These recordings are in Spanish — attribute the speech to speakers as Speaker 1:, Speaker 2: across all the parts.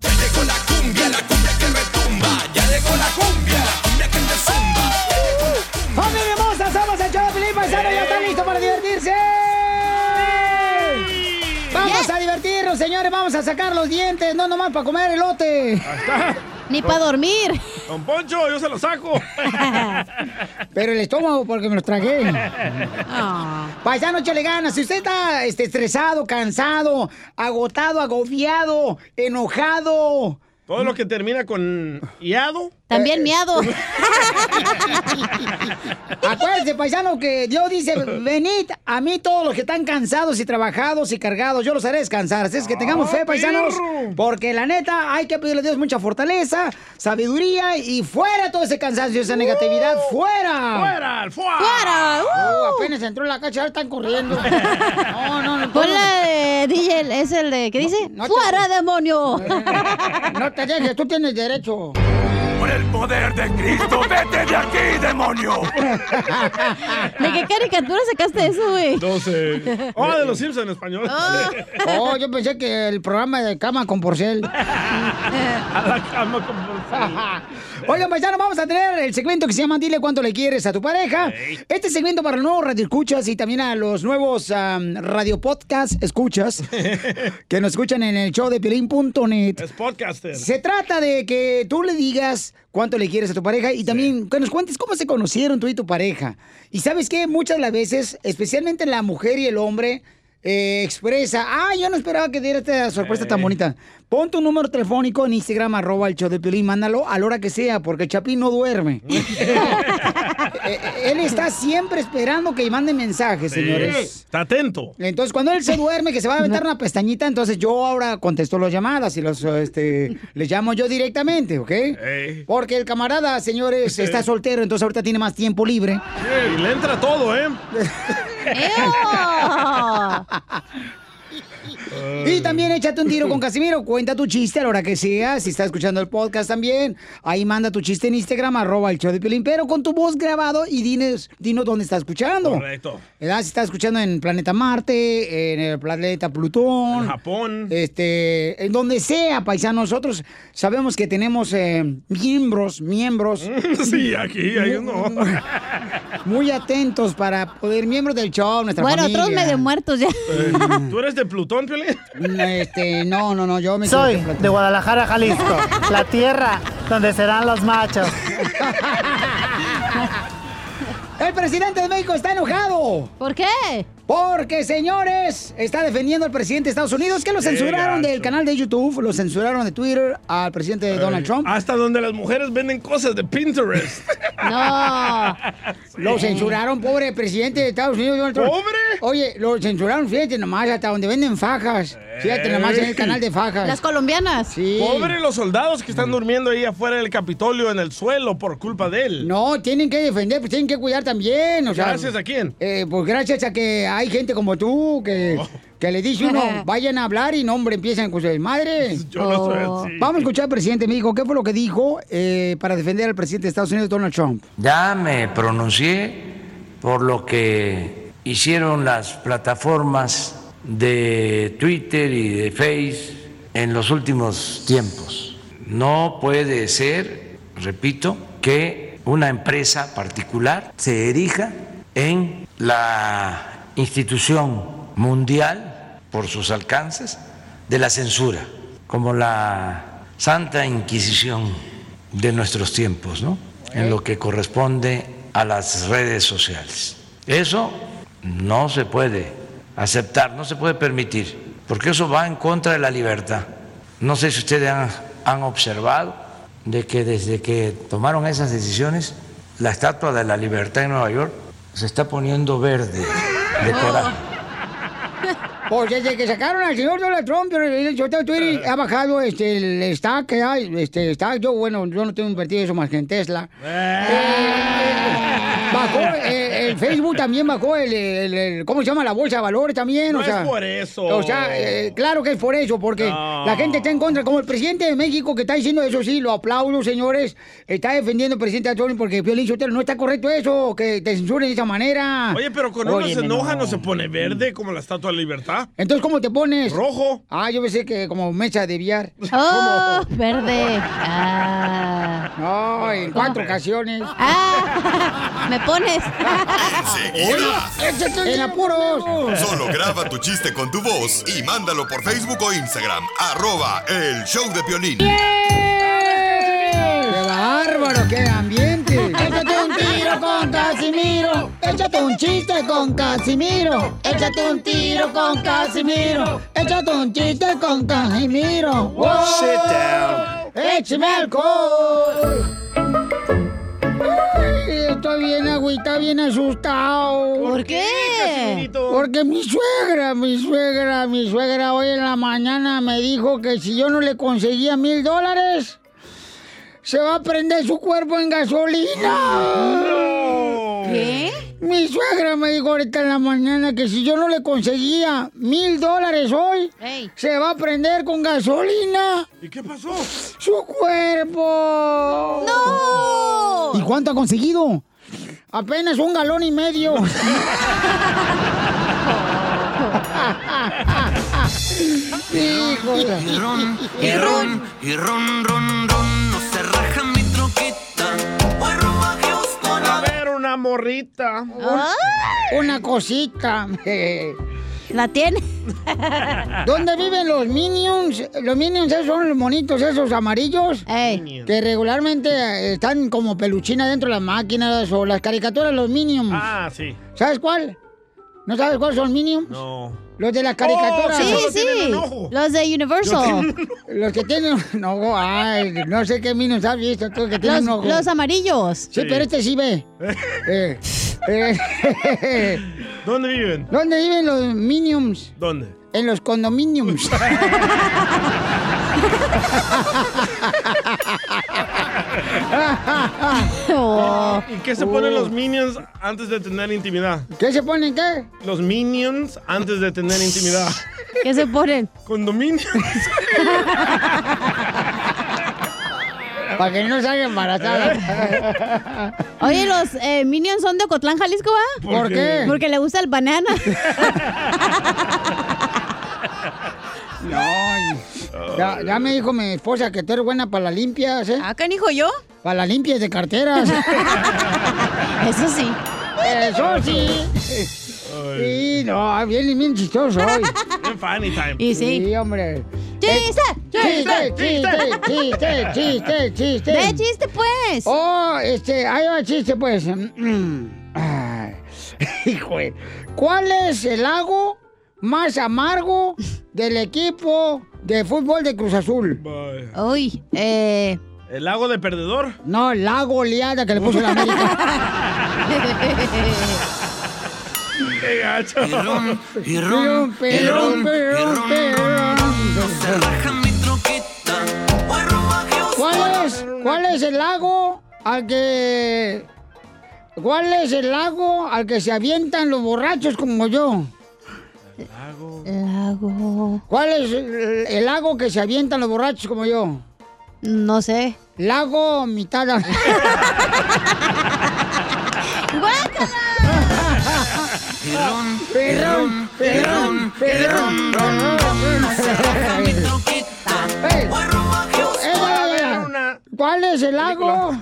Speaker 1: Ya llegó la cumbia, la cumbia que retumba. Ya llegó la cumbia, la cumbia que te zumba.
Speaker 2: ¡Familia hermosa! ¡Somos el show de Felipe Paisano! ¡Ya están listos para divertirse! ¡Vamos a divertirnos, señores! ¡Vamos a sacar los dientes! ¡No nomás para comer elote!
Speaker 3: Ni pa' dormir.
Speaker 2: ¡Don Poncho, yo se lo saco! Pero el estómago, porque me los tragué.
Speaker 4: Oh.
Speaker 3: Ah.
Speaker 2: Paisano, échale ganas. Si usted está este, estresado, cansado, agotado, agobiado, enojado...
Speaker 4: Todo lo que termina con iado.
Speaker 2: También miado. Eh, Acuérdense, paisano, que Dios dice, venid a mí todos los que están cansados y trabajados y cargados, yo los haré descansar. Así es que tengamos fe, paisanos, porque la neta hay que pedirle a Dios mucha fortaleza, sabiduría y fuera todo ese cansancio, esa negatividad, Uh, fuera.
Speaker 4: ¡Fuera, al fuá!
Speaker 2: ¡Fuera!
Speaker 4: ¡Uh!
Speaker 2: Uh, apenas entró en la cacha, ahora están corriendo.
Speaker 3: Pon la de DJ, es el de, ¿qué dice?
Speaker 2: no te-
Speaker 3: ¡Fuera, demonio!
Speaker 2: No te dejes, tú tienes derecho.
Speaker 1: Por el poder de Cristo, vete de aquí, demonio.
Speaker 3: ¿De qué caricatura sacaste eso, güey? Ah.
Speaker 4: No sé. Oh, de los Simpsons en español.
Speaker 2: Oh, yo pensé que el programa de cama con porcel.
Speaker 4: A la cama con porfa.
Speaker 2: Oigan, paisanos, vamos a tener el segmento que se llama Dile cuánto le quieres a tu pareja. Este segmento para los nuevos radioescuchas y también a los nuevos am, radio podcast escuchas que nos escuchan en el show de piolín.net.
Speaker 4: Es podcaster.
Speaker 2: Se trata de que tú le digas cuánto le quieres a tu pareja y también que nos cuentes cómo se conocieron tú y tu pareja. Y sabes que muchas de las veces, especialmente la mujer y el hombre, eh, expresa, ah, yo no esperaba que diera esta sorpresa tan bonita. Pon tu número telefónico en Instagram, arroba el show de Piolín, mándalo a la hora que sea, porque el Chapín no duerme. Eh, eh, él está siempre esperando que manden mensajes, Pues, señores.
Speaker 4: Sí, Está atento.
Speaker 2: Entonces, cuando él se duerme, que se va a aventar una pestañita, entonces yo ahora contesto las llamadas y los, este, les llamo yo directamente, ¿ok? Porque el camarada, señores, está soltero, entonces ahorita tiene más tiempo libre.
Speaker 4: Sí, Y le entra todo, ¿eh?
Speaker 2: Y también échate un tiro con Casimiro, cuenta tu chiste a la hora que sea, si está escuchando el podcast también, ahí manda tu chiste en Instagram, arroba el show de Piolín, pero con tu voz grabado y dinos, dinos dónde está escuchando.
Speaker 4: Correcto.
Speaker 2: ¿Verdad? Si está escuchando en planeta Marte, en el planeta Plutón. En
Speaker 4: Japón.
Speaker 2: Este, en donde sea, paisano. Nosotros sabemos que tenemos eh, miembros, miembros.
Speaker 4: Sí, aquí hay uno.
Speaker 2: Muy atentos para poder, miembros del show, nuestra
Speaker 3: Bueno,
Speaker 2: familia.
Speaker 3: otros medio muertos ya.
Speaker 4: Eh, ¿Tú eres de Plutón, Piolín?
Speaker 2: Este, no, no, no, yo me
Speaker 5: Soy
Speaker 2: equivoqué, Plata.
Speaker 5: de Guadalajara, Jalisco, la tierra donde serán los machos.
Speaker 2: El presidente de México está enojado.
Speaker 3: ¿Por qué?
Speaker 2: Porque, señores, está defendiendo al presidente de Estados Unidos, que lo
Speaker 4: Qué
Speaker 2: censuraron
Speaker 4: gacho.
Speaker 2: del canal de YouTube, lo censuraron de Twitter al presidente Donald Trump.
Speaker 4: Hasta donde las mujeres venden cosas de Pinterest.
Speaker 3: No.
Speaker 2: Lo censuraron, pobre presidente de Estados Unidos, Donald Trump.
Speaker 4: ¡Pobre!
Speaker 2: Oye, lo censuraron, fíjate nomás, hasta donde venden fajas. Fíjate nomás en el canal de fajas.
Speaker 3: Las colombianas.
Speaker 2: Sí. Mm.
Speaker 4: Pobre los soldados que están durmiendo ahí afuera del Capitolio en el suelo por culpa de él.
Speaker 2: No, tienen que defender, pues tienen que cuidar también, o sea.
Speaker 4: ¿Gracias a quién? Oh.
Speaker 2: Eh, pues gracias a que hay gente como tú que, que le dice uno, vayan a hablar y no, hombre, empiezan con sus madres.
Speaker 4: Yo no soy así.
Speaker 2: Vamos a escuchar al presidente, me dijo, ¿qué fue lo que dijo eh, para defender al presidente de Estados Unidos, Donald Trump?
Speaker 6: Ya me pronuncié por lo que hicieron las plataformas de Twitter y de Face en los últimos tiempos. No puede ser, repito, que una empresa particular se erija en la institución mundial por sus alcances de la censura, como la santa inquisición de nuestros tiempos, ¿no? En lo que corresponde a las redes sociales. Eso no se puede aceptar, no se puede permitir, porque eso va en contra de la libertad. No sé si ustedes han, han observado de que desde que tomaron esas decisiones, la estatua de la libertad en Nueva York se está poniendo verde de coraje.
Speaker 2: Pues desde que sacaron al señor Donald Trump, yo, yo tengo Twitter, ha bajado este, el stock que hay, este stock, yo bueno, yo no tengo invertido eso más que en Tesla.
Speaker 4: Eh.
Speaker 2: Bajó, eh, el Facebook también bajó, el, el- el- ¿cómo se llama? La bolsa de valores también,
Speaker 4: No
Speaker 2: o sea.
Speaker 4: es por eso.
Speaker 2: O sea, eh, claro que es por eso, porque la gente está en contra, como el presidente de México que está diciendo eso, sí, lo aplaudo, señores, está defendiendo al presidente Antonio porque Piolín Sotelo, no está correcto eso, que te censuren de esa manera.
Speaker 4: Oye, pero cuando uno se
Speaker 2: Óyeme,
Speaker 4: enoja no. se pone verde como la Estatua de la Libertad.
Speaker 2: Entonces, ¿cómo te pones?
Speaker 4: Rojo.
Speaker 2: Ah, yo pensé que como mecha de billar.
Speaker 3: ¡Oh, verde! Ah.
Speaker 2: No, en cuatro ocasiones.
Speaker 3: Ah, Me pones.
Speaker 1: Enseguida.
Speaker 2: ¡En apuros!
Speaker 1: Solo graba tu chiste con tu voz y mándalo por Facebook o Instagram. Arroba el show de Piolín.
Speaker 2: ¡Qué bárbaro, qué ambiente! Échate un tiro con Casimiro. Échate un chiste con Casimiro. Échate un tiro con Casimiro. Échate un chiste con Casimiro. ¡Wow!
Speaker 7: Sit down.
Speaker 2: ¡Échame alcohol! Ay, Estoy bien agüita, bien asustado. ¿Por
Speaker 4: qué, Casimirito?
Speaker 2: Porque mi suegra, mi suegra, mi suegra hoy en la mañana me dijo que si yo no le conseguía mil dólares, se va a prender su cuerpo en gasolina.
Speaker 3: ¿Qué?
Speaker 2: Mi suegra me dijo ahorita en la mañana que si yo no le conseguía mil dólares hoy,
Speaker 3: Ey.
Speaker 2: se va a prender con gasolina
Speaker 4: ¿Y qué pasó?
Speaker 2: su cuerpo.
Speaker 3: ¡No!
Speaker 2: ¿Y cuánto ha conseguido? Apenas un galón y medio. Hijo de-
Speaker 7: Y ron, y ron, y ron, ron, ron. No se raja mi troquita.
Speaker 4: A ver, una morrita.
Speaker 3: ¿Ah?
Speaker 2: Una cosita.
Speaker 3: ¿La tiene?
Speaker 2: ¿Dónde viven los minions? Los minions esos son los monitos esos amarillos.
Speaker 3: ¡Ey!
Speaker 2: Que regularmente eh, están como peluchina dentro de las máquinas o las caricaturas, los minions.
Speaker 4: Ah, sí.
Speaker 2: ¿Sabes cuál? ¿No sabes cuál son minions?
Speaker 4: No.
Speaker 2: Los de las caricaturas.
Speaker 4: Oh,
Speaker 3: Sí,
Speaker 4: Solo tienen
Speaker 3: sí.
Speaker 4: un ojo.
Speaker 3: Los de Universal.
Speaker 2: Los que tienen. No, ay, no sé qué minions has visto tú que tienen
Speaker 3: Los,
Speaker 2: un ojo.
Speaker 3: los amarillos.
Speaker 2: Sí, pero este sí ve. Eh, eh,
Speaker 4: ¿Dónde viven?
Speaker 2: ¿Dónde viven los minions?
Speaker 4: ¿Dónde?
Speaker 2: En los condominiums.
Speaker 3: Oh.
Speaker 4: ¿Y qué se ponen los minions antes de tener intimidad?
Speaker 2: ¿Qué se ponen qué?
Speaker 4: Los minions antes de tener intimidad.
Speaker 3: ¿Qué se ponen?
Speaker 4: Condominios.
Speaker 2: Para que no salga embarazada.
Speaker 3: Oye, los eh, Minions son de Ocotlán, Jalisco, ¿va?
Speaker 2: ¿Por qué?
Speaker 3: Porque le gusta el banana.
Speaker 2: No, ya, ya me dijo mi esposa que tú eres buena para las limpias, ¿eh?
Speaker 3: ¿Acá hijo yo?
Speaker 2: Para las limpias de carteras.
Speaker 3: Eso sí.
Speaker 2: Eso sí. Sí, no, bien, bien chistoso hoy.
Speaker 4: En funny time.
Speaker 3: Y sí.
Speaker 2: Sí, hombre.
Speaker 3: ¡Chiste!
Speaker 2: Chiste,
Speaker 3: ¡Chiste!
Speaker 2: chiste, chiste, chiste, chiste.
Speaker 3: ¡De chiste, pues!
Speaker 2: Oh, este, ahí va el chiste, pues. mm. Ay, Hijo de- ¿Cuál es el lago más amargo del equipo de fútbol de Cruz Azul?
Speaker 4: Bye.
Speaker 3: Uy, eh.
Speaker 4: El lago de perdedor.
Speaker 2: No, el lago liada que le puso la América.
Speaker 4: Qué gacho.
Speaker 7: Y ron, y
Speaker 2: Perón,
Speaker 7: ron,
Speaker 2: perón,
Speaker 7: y ron, y
Speaker 2: perón,
Speaker 7: ron,
Speaker 2: perón.
Speaker 7: No se raja mi troquita.
Speaker 2: ¿Cuál es, ¿Cuál es el lago al que... ¿Cuál es el lago al que se avientan los borrachos como yo?
Speaker 3: Lago.
Speaker 2: ¿Cuál es el, el lago que se avientan los borrachos como yo?
Speaker 3: No sé.
Speaker 2: Lago mitad.
Speaker 7: Y ron, y
Speaker 2: Perrón,
Speaker 7: ron, y ron, y ron, ron, ron. No se raja mi troquita.
Speaker 2: Ey,
Speaker 4: Era
Speaker 2: ey,
Speaker 4: una.
Speaker 2: ¿Cuál es el lago?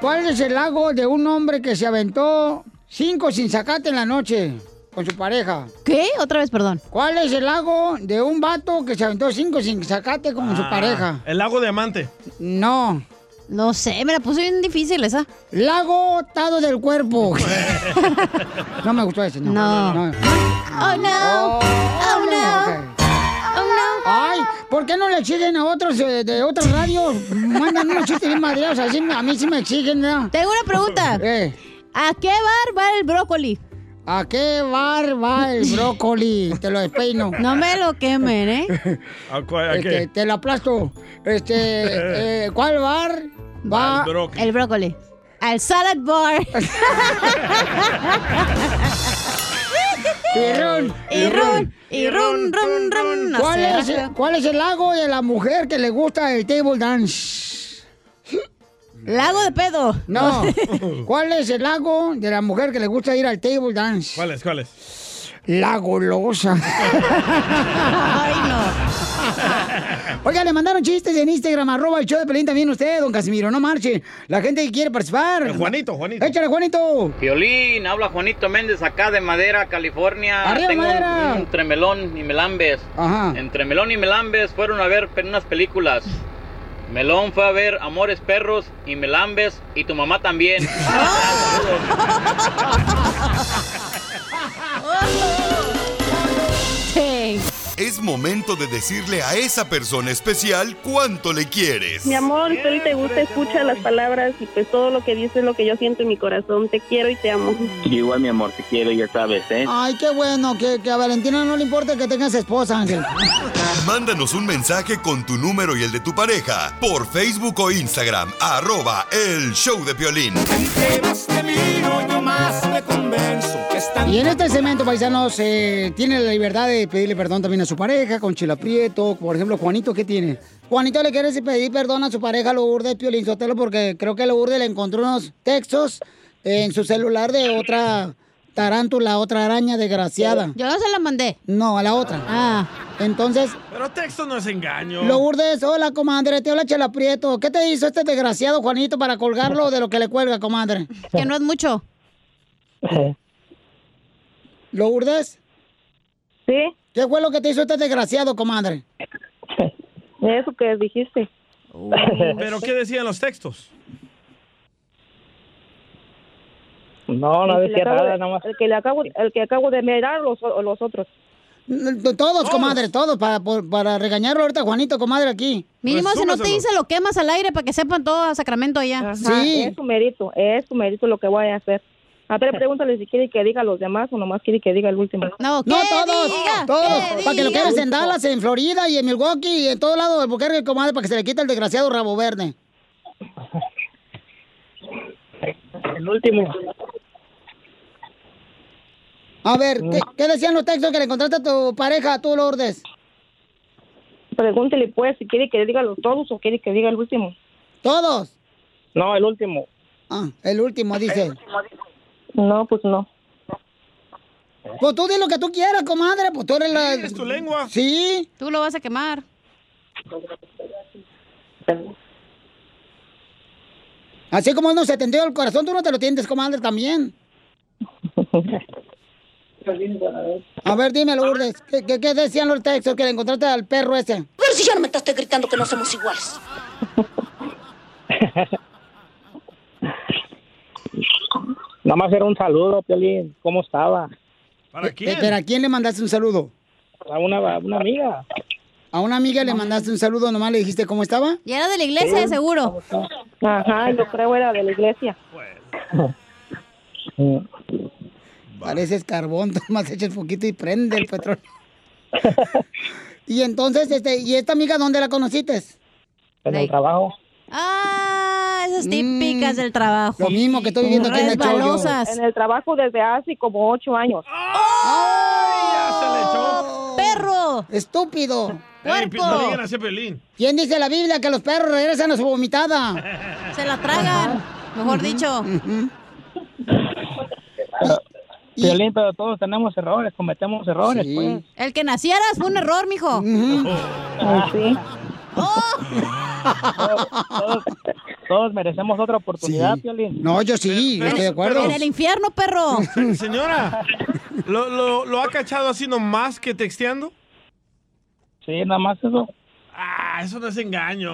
Speaker 2: ¿Cuál es el lago de un hombre que se aventó cinco sin sacate en la noche? con su pareja.
Speaker 3: ¿Qué? Otra vez, perdón.
Speaker 2: ¿Cuál es el lago de un vato que se aventó cinco sin sacate con su
Speaker 4: Ah,
Speaker 2: pareja?
Speaker 4: El lago diamante.
Speaker 2: No.
Speaker 3: No sé, me la puso bien difícil esa.
Speaker 2: Lago Tado del Cuerpo. no me gustó ese, no.
Speaker 3: No.
Speaker 2: Oh, no. Oh, no.
Speaker 3: Oh,
Speaker 2: Ay, ¿por qué no le exigen a otros eh, de otras radios? Mandan unos chistes bien madreados, así a mí sí me exigen, ¿no?
Speaker 3: Tengo una pregunta. ¿A qué bar va el brócoli?
Speaker 2: ¿A qué bar va el brócoli? Te lo despeino.
Speaker 3: No me lo quemen, ¿eh?
Speaker 4: ¿A cuál- a
Speaker 2: Este,
Speaker 4: qué?
Speaker 2: te lo aplasto. Este, eh, ¿cuál bar va?
Speaker 4: Al brócoli.
Speaker 3: El brócoli. Al salad bar.
Speaker 2: Y ron,
Speaker 3: Y ron, y ron, ron, ron. no
Speaker 2: ¿Cuál,
Speaker 3: sé.
Speaker 2: es, cuál es el lago de la mujer que le gusta el table dance?
Speaker 3: Lago de pedo.
Speaker 2: No. ¿Cuál es el lago de la mujer que le gusta ir al table dance?
Speaker 4: ¿Cuáles, cuáles?
Speaker 2: La golosa. Oiga, le mandaron chistes en Instagram, arroba el show de Pelín también usted, don Casimiro, no marche. La gente que quiere participar.
Speaker 4: El Juanito, Juanito.
Speaker 2: Échale, Juanito.
Speaker 8: Violín, habla Juanito Méndez acá de Madera, California.
Speaker 2: ¡Arriba,
Speaker 8: Tengo un-
Speaker 2: Madera!
Speaker 8: Un, Tremelón y Melambes.
Speaker 2: Ajá.
Speaker 8: Entre Melón y Melambes fueron a ver pe- unas películas. Melón fue a ver Amores Perros y Melambes y tu mamá también.
Speaker 2: Ah.
Speaker 9: Es momento de decirle a esa persona especial cuánto le quieres.
Speaker 10: Mi amor, si te gusta, escucha las palabras y pues todo lo que dices es lo que yo siento en mi corazón. Te quiero y te amo.
Speaker 11: Igual, mi amor, te quiero, ya sabes, ¿eh?
Speaker 2: Ay, qué bueno, que, que a Valentina no le importa que tengas esposa, Ángel.
Speaker 9: Mándanos un mensaje con tu número y el de tu pareja por Facebook o Instagram, arroba el show de violín.
Speaker 2: Y en este segmento, paisanos, eh, tiene la libertad de pedirle perdón también a su pareja, con Chila Prieto, por ejemplo, Juanito, ¿qué tiene? Juanito le quiere pedir perdón a su pareja, Lourdes Piolín Sotelo, porque creo que Lourdes le encontró unos textos en su celular de otra tarántula, otra araña desgraciada.
Speaker 3: Yo no se la mandé.
Speaker 2: No, a la otra.
Speaker 3: Ah.
Speaker 2: Entonces,
Speaker 4: Pero texto no es engaño.
Speaker 2: Lourdes, hola, comadre, te hola, Chela Prieto. ¿Qué te hizo este desgraciado, Juanito, para colgarlo de lo que le cuelga, comadre?
Speaker 3: Que no es mucho.
Speaker 2: ¿Lourdes?
Speaker 10: Sí.
Speaker 2: ¿Qué fue lo que te hizo este desgraciado, comadre?
Speaker 10: Eso que dijiste.
Speaker 4: ¿Pero qué decían los textos?
Speaker 12: No, no
Speaker 10: El que le
Speaker 12: decía
Speaker 10: acabo
Speaker 12: nada,
Speaker 10: de-
Speaker 12: nada más.
Speaker 10: El que, le acabo, el que acabo de mirar los, o los otros.
Speaker 2: Todos, comadre, todos, para, por- para regañarlo ahorita, a Juanito, comadre, aquí.
Speaker 3: Mínimo si no te dice lo quemas al aire para que sepan todo a Sacramento allá.
Speaker 10: Ajá, Es su mérito, es su mérito lo que voy a hacer. A ver, pregúntale si quiere que diga a los demás o nomás quiere que diga el último.
Speaker 3: No,
Speaker 2: No, todos, todos, para que lo quieras en Dallas, en Florida y en Milwaukee y en todo lado de Buquerque, comadre, para que se le quite el desgraciado rabo verde.
Speaker 12: El último.
Speaker 2: A ver, ¿qué, qué decían los textos que le encontraste a tu pareja, tú, Lourdes?
Speaker 10: Pregúntele pues si quiere que diga los todos o quiere que diga el último.
Speaker 2: ¿Todos?
Speaker 12: No, el último.
Speaker 2: Ah, el último dice.
Speaker 10: No, pues no.
Speaker 2: Pues tú di lo que tú quieras, comadre, pues tú eres la... ¿Eres
Speaker 4: tu lengua?
Speaker 2: Sí.
Speaker 3: Tú lo vas a quemar.
Speaker 2: Así como él no se tendió el corazón, tú no te lo tiendes, comadre, también. A ver, dime, Lourdes, ¿qué, qué, qué decían los textos que le encontraste al perro ese? Pero si ya no me estás gritando que no somos iguales.
Speaker 12: Nada más era un saludo, Piolín. ¿Cómo estaba?
Speaker 4: ¿Para
Speaker 2: Eh, ¿Pero a quién le mandaste un saludo?
Speaker 12: A una, una amiga.
Speaker 2: ¿A una amiga le mandaste un saludo? Nomás le dijiste cómo estaba.
Speaker 3: Y era de la iglesia, de seguro.
Speaker 10: Ajá, yo creo era de la iglesia.
Speaker 2: Pareces carbón, nomás echa el foquito y prende el petróleo. y entonces, este, ¿y esta amiga dónde la conociste?
Speaker 12: En el trabajo.
Speaker 3: Ah, esas típicas del trabajo.
Speaker 2: Mm, Lo mismo que estoy viviendo aquí en el show. yo.
Speaker 10: En el trabajo desde hace como ocho años.
Speaker 2: Ah,
Speaker 3: ¡Perro!
Speaker 2: ¡Estúpido!
Speaker 4: Ey, pi- no le digan así a Piolín.
Speaker 2: ¿Quién dice en la Biblia que los perros regresan a su vomitada?
Speaker 3: Se la tragan, mejor dicho.
Speaker 12: Piolín, pero todos tenemos errores, cometemos errores, pues.
Speaker 3: El que nacieras fue un error, mijo. Oh.
Speaker 12: sí. todos, todos merecemos otra oportunidad, Piolín.
Speaker 2: No, yo sí, yo estoy de acuerdo.
Speaker 3: En el infierno, perro.
Speaker 4: Señora, ¿Lo, lo, lo ha cachado así nomás que texteando?
Speaker 12: Sí, nada más eso.
Speaker 4: Ah, eso no es engaño.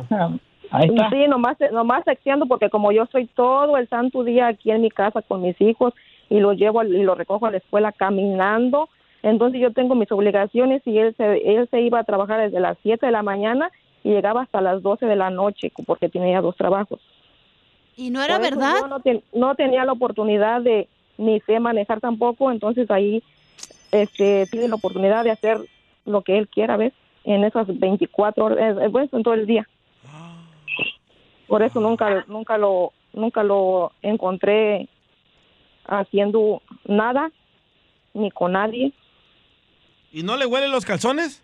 Speaker 12: Ah, Ahí está.
Speaker 10: Sí, nomás, nomás texteando porque como yo estoy todo el santo día aquí en mi casa con mis hijos y los llevo al- y los recojo a la escuela caminando, entonces yo tengo mis obligaciones y él se, él se iba a trabajar desde las 7 de la mañana y llegaba hasta las 12 de la noche porque tenía dos trabajos.
Speaker 3: ¿Y no era
Speaker 10: Por eso
Speaker 3: verdad?
Speaker 10: yo no, ten- no tenía la oportunidad de ni sé manejar tampoco, entonces ahí este, tiene la oportunidad de hacer lo que él quiera, ¿ves? En esas 24 horas, eh, eh, pues en todo el día. Por eso nunca, nunca lo, nunca lo encontré haciendo nada ni con nadie.
Speaker 4: ¿Y no le huelen los calzones?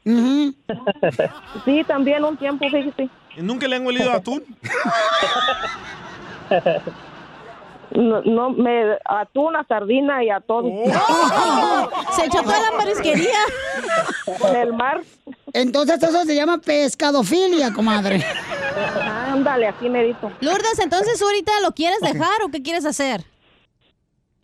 Speaker 10: Sí, también un tiempo, fíjese.
Speaker 4: ¿Y nunca le han huelido a atún?
Speaker 10: No, no me atún, a sardina y a todo.
Speaker 3: Se echó toda la marisquería.
Speaker 10: Del mar.
Speaker 2: Entonces eso se llama pescadofilia, comadre.
Speaker 10: Ándale, así merito.
Speaker 3: Lourdes, entonces ahorita lo quieres dejar o qué quieres hacer?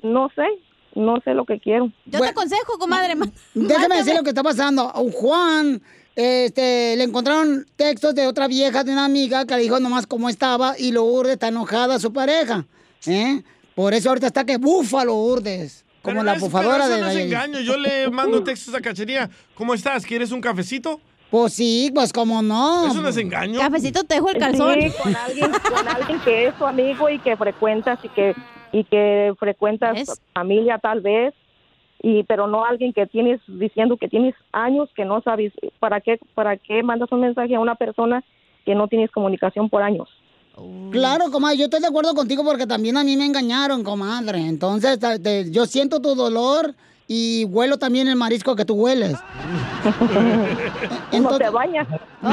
Speaker 10: No sé, no sé lo que quiero.
Speaker 3: Yo
Speaker 2: Pues,
Speaker 3: te aconsejo, comadre. ma-
Speaker 2: Déjame
Speaker 3: mándame.
Speaker 2: decir lo que está pasando. A un Juan, este, le encontraron textos de otra vieja, de una amiga, que le dijo nomás cómo estaba y lo urde está enojada a su pareja. ¿eh? Por eso ahorita está que búfalo urdes. Como la bufadora
Speaker 4: Pero
Speaker 2: de
Speaker 4: eso no es
Speaker 2: Nayarit.
Speaker 4: engaño. Yo le mando textos a Cachería. ¿Cómo estás? ¿Quieres un cafecito?
Speaker 2: Pues sí, pues como no.
Speaker 4: Eso no es engaño.
Speaker 3: Cafecito te dejo el calzón.
Speaker 10: Sí, con alguien, con alguien que es tu amigo y que frecuentas y que y que frecuentas familia tal vez y pero no alguien que tienes diciendo que tienes años que no sabes para qué para qué mandas un mensaje a una persona que no tienes comunicación por años.
Speaker 2: Claro, comadre, yo estoy de acuerdo contigo porque también a mí me engañaron, comadre. Entonces, ta- te- yo siento tu dolor y huelo también el marisco que tú hueles.
Speaker 10: No te bañas.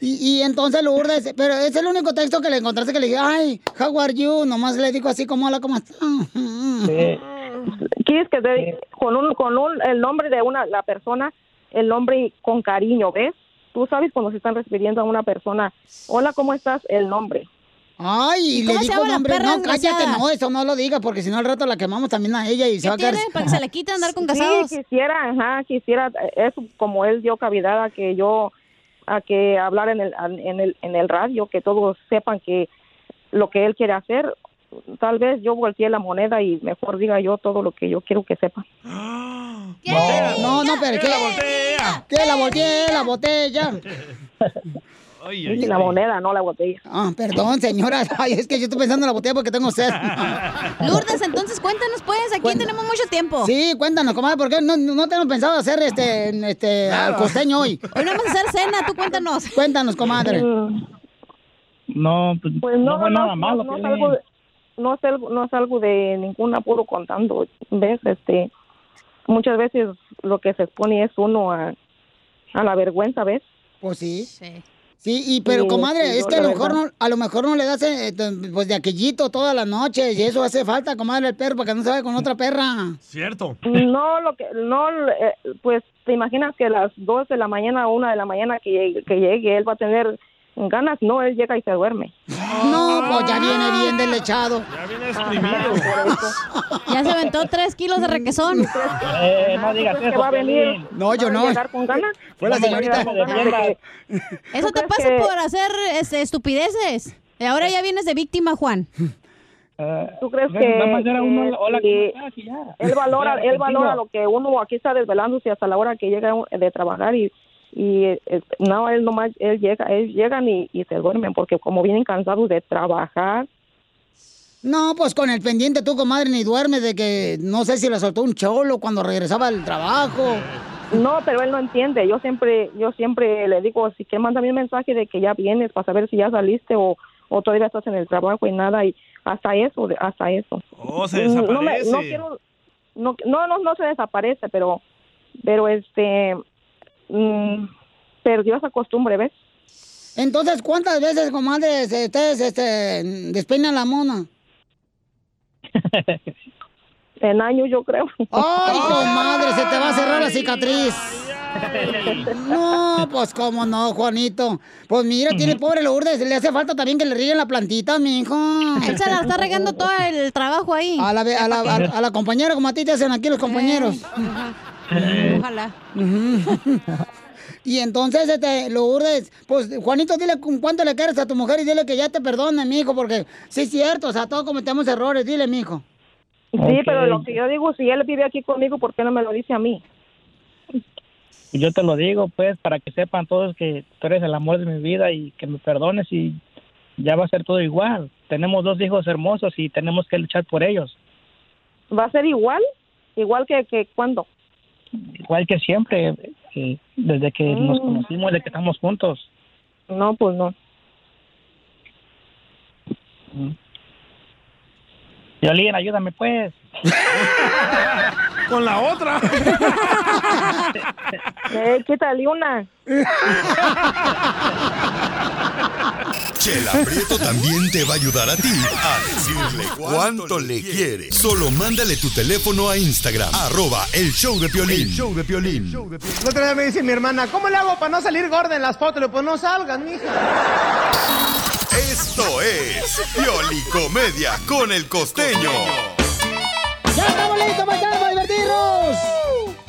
Speaker 2: y, y entonces Lourdes, pero es el único texto que le encontraste que le dije, ay, how are you? Nomás le digo así como hola, ¿cómo estás? Mm.
Speaker 10: Quieres que te, con un con un el nombre de una la persona el nombre y con cariño, ¿ves? Tú sabes cuando se están refiriendo a una persona. Hola, ¿cómo estás? El nombre.
Speaker 2: Ay, y le
Speaker 10: cómo se
Speaker 2: dijo
Speaker 10: llama la
Speaker 2: nombre,
Speaker 10: perra
Speaker 2: no, cállate,
Speaker 10: desgraciada?
Speaker 2: no, eso no lo digas porque si no al rato la quemamos también a ella y se va a quedar.
Speaker 3: ¿eh? quite andar
Speaker 2: con casados?
Speaker 10: Sí, quisiera, ajá, quisiera, eh, eso como él dio cavidad a que yo, a que hablar en el, an- en el, en el radio, que todos sepan que lo que él quiere hacer, tal vez yo volteé la moneda y mejor diga yo todo lo que yo quiero que sepan.
Speaker 2: No, no, pero ¿qué? ¿Qué? La botella, la botella.
Speaker 10: Y la moneda, no la botella.
Speaker 2: Ah, perdón, señora. Ay, es que yo estoy pensando en la botella porque tengo sed.
Speaker 3: Lourdes, entonces cuéntanos pues, aquí tenemos mucho tiempo.
Speaker 2: Sí, cuéntanos, comadre, porque no, no tenemos pensado hacer este, este
Speaker 3: Nada.
Speaker 2: al costeño hoy.
Speaker 3: Hoy no vamos a hacer cena, tú cuéntanos.
Speaker 2: Cuéntanos, comadre.
Speaker 12: No, pues, no, fue nada malo.
Speaker 10: no,
Speaker 12: Piolín.
Speaker 10: salgo, de- no, salgo, no salgo de ningún apuro contando, ¿ves? Este, muchas veces lo que se expone es uno a, a la vergüenza, ¿ves?
Speaker 2: Pues sí.
Speaker 3: Sí.
Speaker 2: Sí, y pero
Speaker 10: Sí,
Speaker 2: comadre,
Speaker 10: sí,
Speaker 2: es
Speaker 10: yo
Speaker 2: que a
Speaker 10: la
Speaker 2: lo mejor
Speaker 10: verdad.
Speaker 2: no, a lo mejor no le das eh, eh, pues de aquellito toda la noche y eso hace falta, comadre, el perro para que no se vaya con otra perra.
Speaker 4: Cierto.
Speaker 10: No, lo que, no, eh, pues te imaginas que a las 2 de la mañana o 1 de la mañana que llegue, que llegue, él va a tener ganas, no, él llega y se duerme.
Speaker 2: No, pues ya viene bien deslechado.
Speaker 4: Ya viene exprimido.
Speaker 3: Ya se aventó tres kilos de requesón.
Speaker 12: Eh, no digas
Speaker 10: ¿Tú crees que va a venir?
Speaker 2: No, yo
Speaker 10: ¿Va a
Speaker 3: no.
Speaker 10: llegar con ganas?
Speaker 2: Fue la
Speaker 10: ¿Va a llegar
Speaker 2: señorita.
Speaker 10: con ganas de
Speaker 3: Eso te pasa por hacer este, estupideces. Y ahora ya vienes de víctima, Juan.
Speaker 10: que- ¿Tú crees
Speaker 3: Bueno, nada más
Speaker 10: que,
Speaker 3: era un hola- hola,
Speaker 10: que
Speaker 3: ¿cómo estás? Y ya.
Speaker 10: él valora,
Speaker 3: Ya,
Speaker 10: él valora
Speaker 3: tranquilo.
Speaker 10: lo que uno aquí está desvelándose hasta la hora que llega un- de trabajar y y eh, eh, no él nomás él llega él llegan y, y se duermen porque como vienen cansados de trabajar
Speaker 2: No, pues con el pendiente tú, comadre, ni duermes de que no sé si le soltó un cholo cuando regresaba del trabajo.
Speaker 10: No, pero él no entiende. Yo siempre, yo siempre le digo, si que mándame un mensaje de que ya vienes para saber si ya saliste o, o todavía estás en el trabajo y nada y hasta eso, de- hasta eso.
Speaker 4: Oh, se
Speaker 10: No, me-
Speaker 4: desaparece.
Speaker 10: no quiero, no, no, no, no se desaparece, pero, pero este, mm, perdió esa costumbre, ¿ves?
Speaker 2: Entonces, ¿cuántas veces, comadre, este, se- ustedes este, despeinan la mona?
Speaker 10: en años, yo creo.
Speaker 2: ¡Ay, comadre! Se te va a cerrar la cicatriz.
Speaker 7: Eh.
Speaker 2: No, pues cómo no, Juanito. Pues mira, tiene pobre Lourdes, le hace falta también que le rieguen la plantita, mijo.
Speaker 3: Él se la está regando todo el trabajo ahí. Eh.
Speaker 2: A la, ve- a la- a- a la compañera, como a ti te hacen aquí los compañeros.
Speaker 3: Ojalá.
Speaker 2: Ujú. Y entonces, este, Lourdes, pues, Juanito, dile cu- cuánto le quieres a tu mujer y dile que ya te perdone, mijo, porque sí es cierto, o sea, todos cometemos errores, dile, mijo.
Speaker 10: Sí, pero lo que yo digo, si él vive aquí conmigo, ¿por qué no me lo dice a mí?
Speaker 12: Yo te lo digo, pues, para que sepan todos que tú eres el amor de mi vida y que me perdones y ya va a ser todo igual. Tenemos dos hijos hermosos y tenemos que luchar por ellos,
Speaker 10: ¿Va a ser igual? ¿Igual que, que cuando?
Speaker 12: igual que siempre, eh, desde que nos
Speaker 10: Mm.
Speaker 12: conocimos, desde que estamos juntos.
Speaker 10: No, pues no.
Speaker 12: Violín, Mm. ayúdame, pues. Con la otra.
Speaker 10: Eh, quítale una.
Speaker 9: Chela Prieto también te va a ayudar a ti a decirle cuánto le quiere. Solo mándale tu teléfono a Instagram, arroba el show de Piolín. show de Piolín.
Speaker 13: La otra vez me dice mi hermana, ¿cómo le hago para no salir gorda en las fotos? Le digo, pues no salgan, mija.
Speaker 9: Esto es Pioli Comedia con el costeño.
Speaker 2: ¡Ya estamos listos, paisanos, para divertirnos!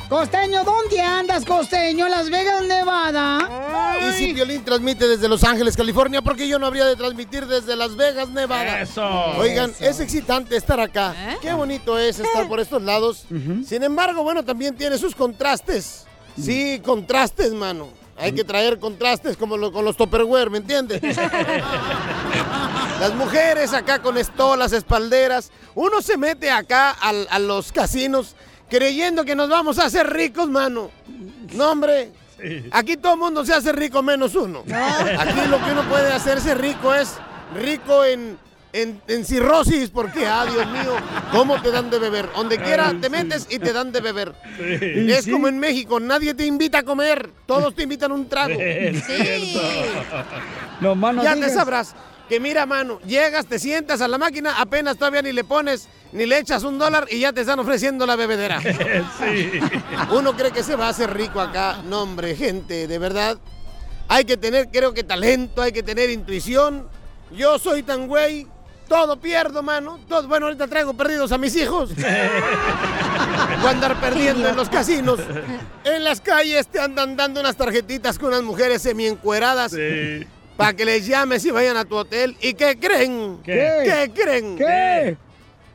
Speaker 2: Costeño, ¿dónde andas, Costeño? En Las Vegas, Nevada.
Speaker 14: Ah, Y si Piolín transmite desde Los Ángeles, California, porque yo no habría de transmitir desde Las Vegas, Nevada.
Speaker 4: Eso.
Speaker 14: Oigan,
Speaker 4: Eso.
Speaker 14: es excitante estar acá. Qué bonito es estar por estos lados. Sin embargo, bueno, también tiene sus contrastes. Sí, contrastes, mano. Hay que traer contrastes como lo- con los Topperware, ¿me entiendes? Las mujeres acá con estolas, espalderas. Uno se mete acá al- a los casinos creyendo que nos vamos a hacer ricos, mano. No, hombre. Aquí todo el mundo se hace rico menos uno. Aquí lo que uno puede hacerse rico es rico en, en, en cirrosis, porque, ah, Dios mío, ¿cómo te dan de beber? Donde quiera te metes y te dan de beber.
Speaker 4: Sí.
Speaker 14: Es
Speaker 4: Sí.
Speaker 14: como en México, nadie te invita a comer, todos te invitan un trago.
Speaker 2: No, mano,
Speaker 14: Ya te sabrás que mira, mano, llegas, te sientas a la máquina, apenas todavía ni le pones, ni le echas un dólar y ya te están ofreciendo la bebedera. Uno cree que se va a hacer rico acá. No, hombre, gente, de verdad. Hay que tener, creo que talento, hay que tener intuición. Yo soy tan güey, todo pierdo, mano. Todo, bueno, ahorita traigo perdidos a mis hijos. Voy a andar perdiendo en los casinos. En las calles te andan dando unas tarjetitas con unas mujeres semiencueradas. Para que les llames y vayan a tu hotel. ¿Y qué creen?
Speaker 1: ¿Qué?
Speaker 14: ¿Qué creen?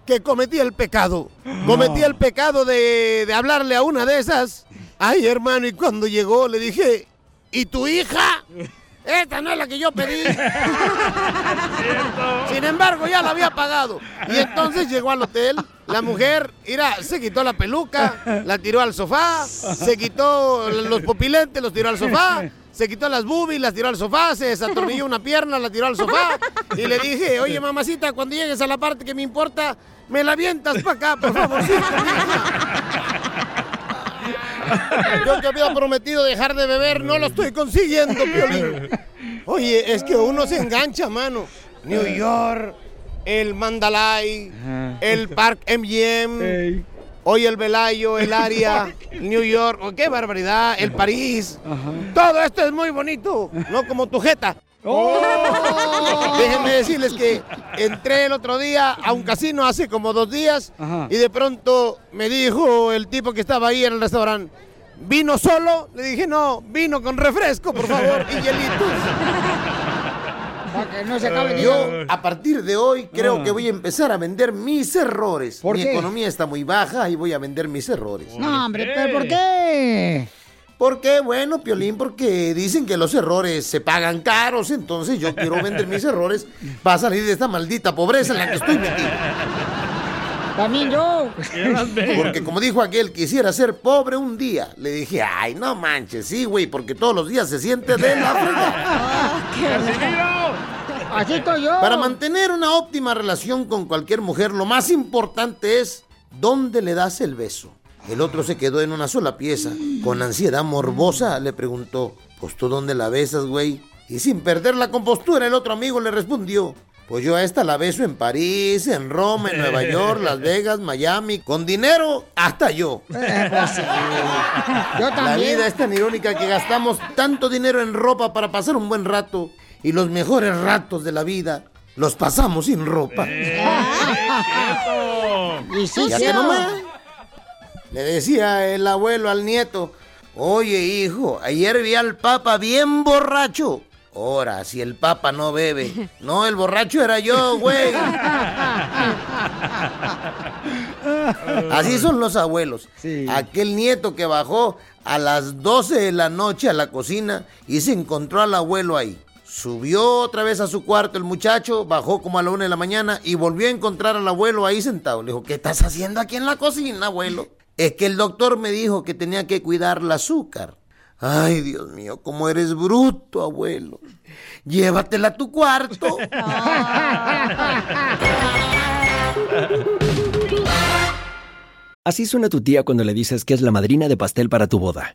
Speaker 14: Que cometí el pecado. Cometí el pecado de, de hablarle a una de esas. Ay, hermano, y cuando llegó le dije, ¿y tu hija? Esta no es la que yo pedí. Sin embargo, ya la había pagado. Y entonces llegó al hotel. La mujer, mira, se quitó la peluca, la tiró al sofá, se quitó los popiletes, los tiró al sofá, se quitó las boobies, las tiró al sofá, se desatornilló una pierna, la tiró al sofá. Y le dije, oye, mamacita, cuando llegues a la parte que me importa, me la avientas para acá, por favor. Yo te había prometido dejar de beber, no lo estoy consiguiendo, Piolín. Oye, es que uno se engancha, mano. New York, el Mandalay,
Speaker 7: Ah.
Speaker 14: el Park MGM, hoy el Velayo, el área, el New York, oh, qué barbaridad, el París. Todo esto es muy bonito, no como tu jeta. Déjenme decirles que entré el otro día a un casino hace como dos días y de pronto me dijo el tipo que estaba ahí en el restaurante, ¿vino solo? Le dije, no, vino con refresco, por favor, y hielitos.
Speaker 2: no se acabe el
Speaker 14: Yo,
Speaker 2: hígado.
Speaker 14: a partir de hoy, creo
Speaker 2: Ah.
Speaker 14: que voy a empezar a vender mis errores.
Speaker 2: ¿Por
Speaker 14: Mi
Speaker 2: qué?
Speaker 14: economía está muy baja y voy a vender mis errores.
Speaker 2: No, hombre, ¿pero por qué?
Speaker 14: ¿Por qué? Bueno, Piolín, porque dicen que los errores se pagan caros, entonces yo quiero vender mis errores para salir de esta maldita pobreza en la que estoy metido.
Speaker 2: También yo.
Speaker 14: Porque como dijo aquel, quisiera ser pobre un día. Le dije, ay, no manches, sí, güey, porque todos los días se siente de la fregada.
Speaker 2: Así estoy yo.
Speaker 14: Para mantener una óptima relación con cualquier mujer, lo más importante es dónde le das el beso. El otro se quedó en una sola pieza. Con ansiedad morbosa le preguntó, pues tú dónde la besas, güey. Y sin perder la compostura, el otro amigo le respondió, Pues yo a esta la beso en París, en Roma, en Nueva York, Las Vegas, Miami. Con dinero, hasta yo.
Speaker 2: Eh, pues Yo
Speaker 14: La
Speaker 2: también.
Speaker 14: vida es tan irónica que gastamos tanto dinero en ropa para pasar un buen rato. Y los mejores ratos de la vida los pasamos sin ropa.
Speaker 2: Y
Speaker 15: sí,
Speaker 14: Ya
Speaker 15: sí.
Speaker 14: que nomás. Le decía el abuelo al nieto, oye hijo, ayer vi al papa bien borracho. Ahora, si el papa no bebe. No, el borracho era yo, güey. Así son los abuelos. Aquel nieto que bajó a las 12 de la noche a la cocina y se encontró al abuelo ahí. Subió otra vez a su cuarto el muchacho, bajó como a la una de la mañana y volvió a encontrar al abuelo ahí sentado. Le dijo, ¿qué estás haciendo aquí en la cocina, abuelo? Es que el doctor me dijo que tenía que cuidar el azúcar. Ay, Dios mío, cómo eres bruto, abuelo. Llévatela a tu cuarto.
Speaker 16: Así suena tu tía cuando le dices que es la madrina de pastel para tu boda.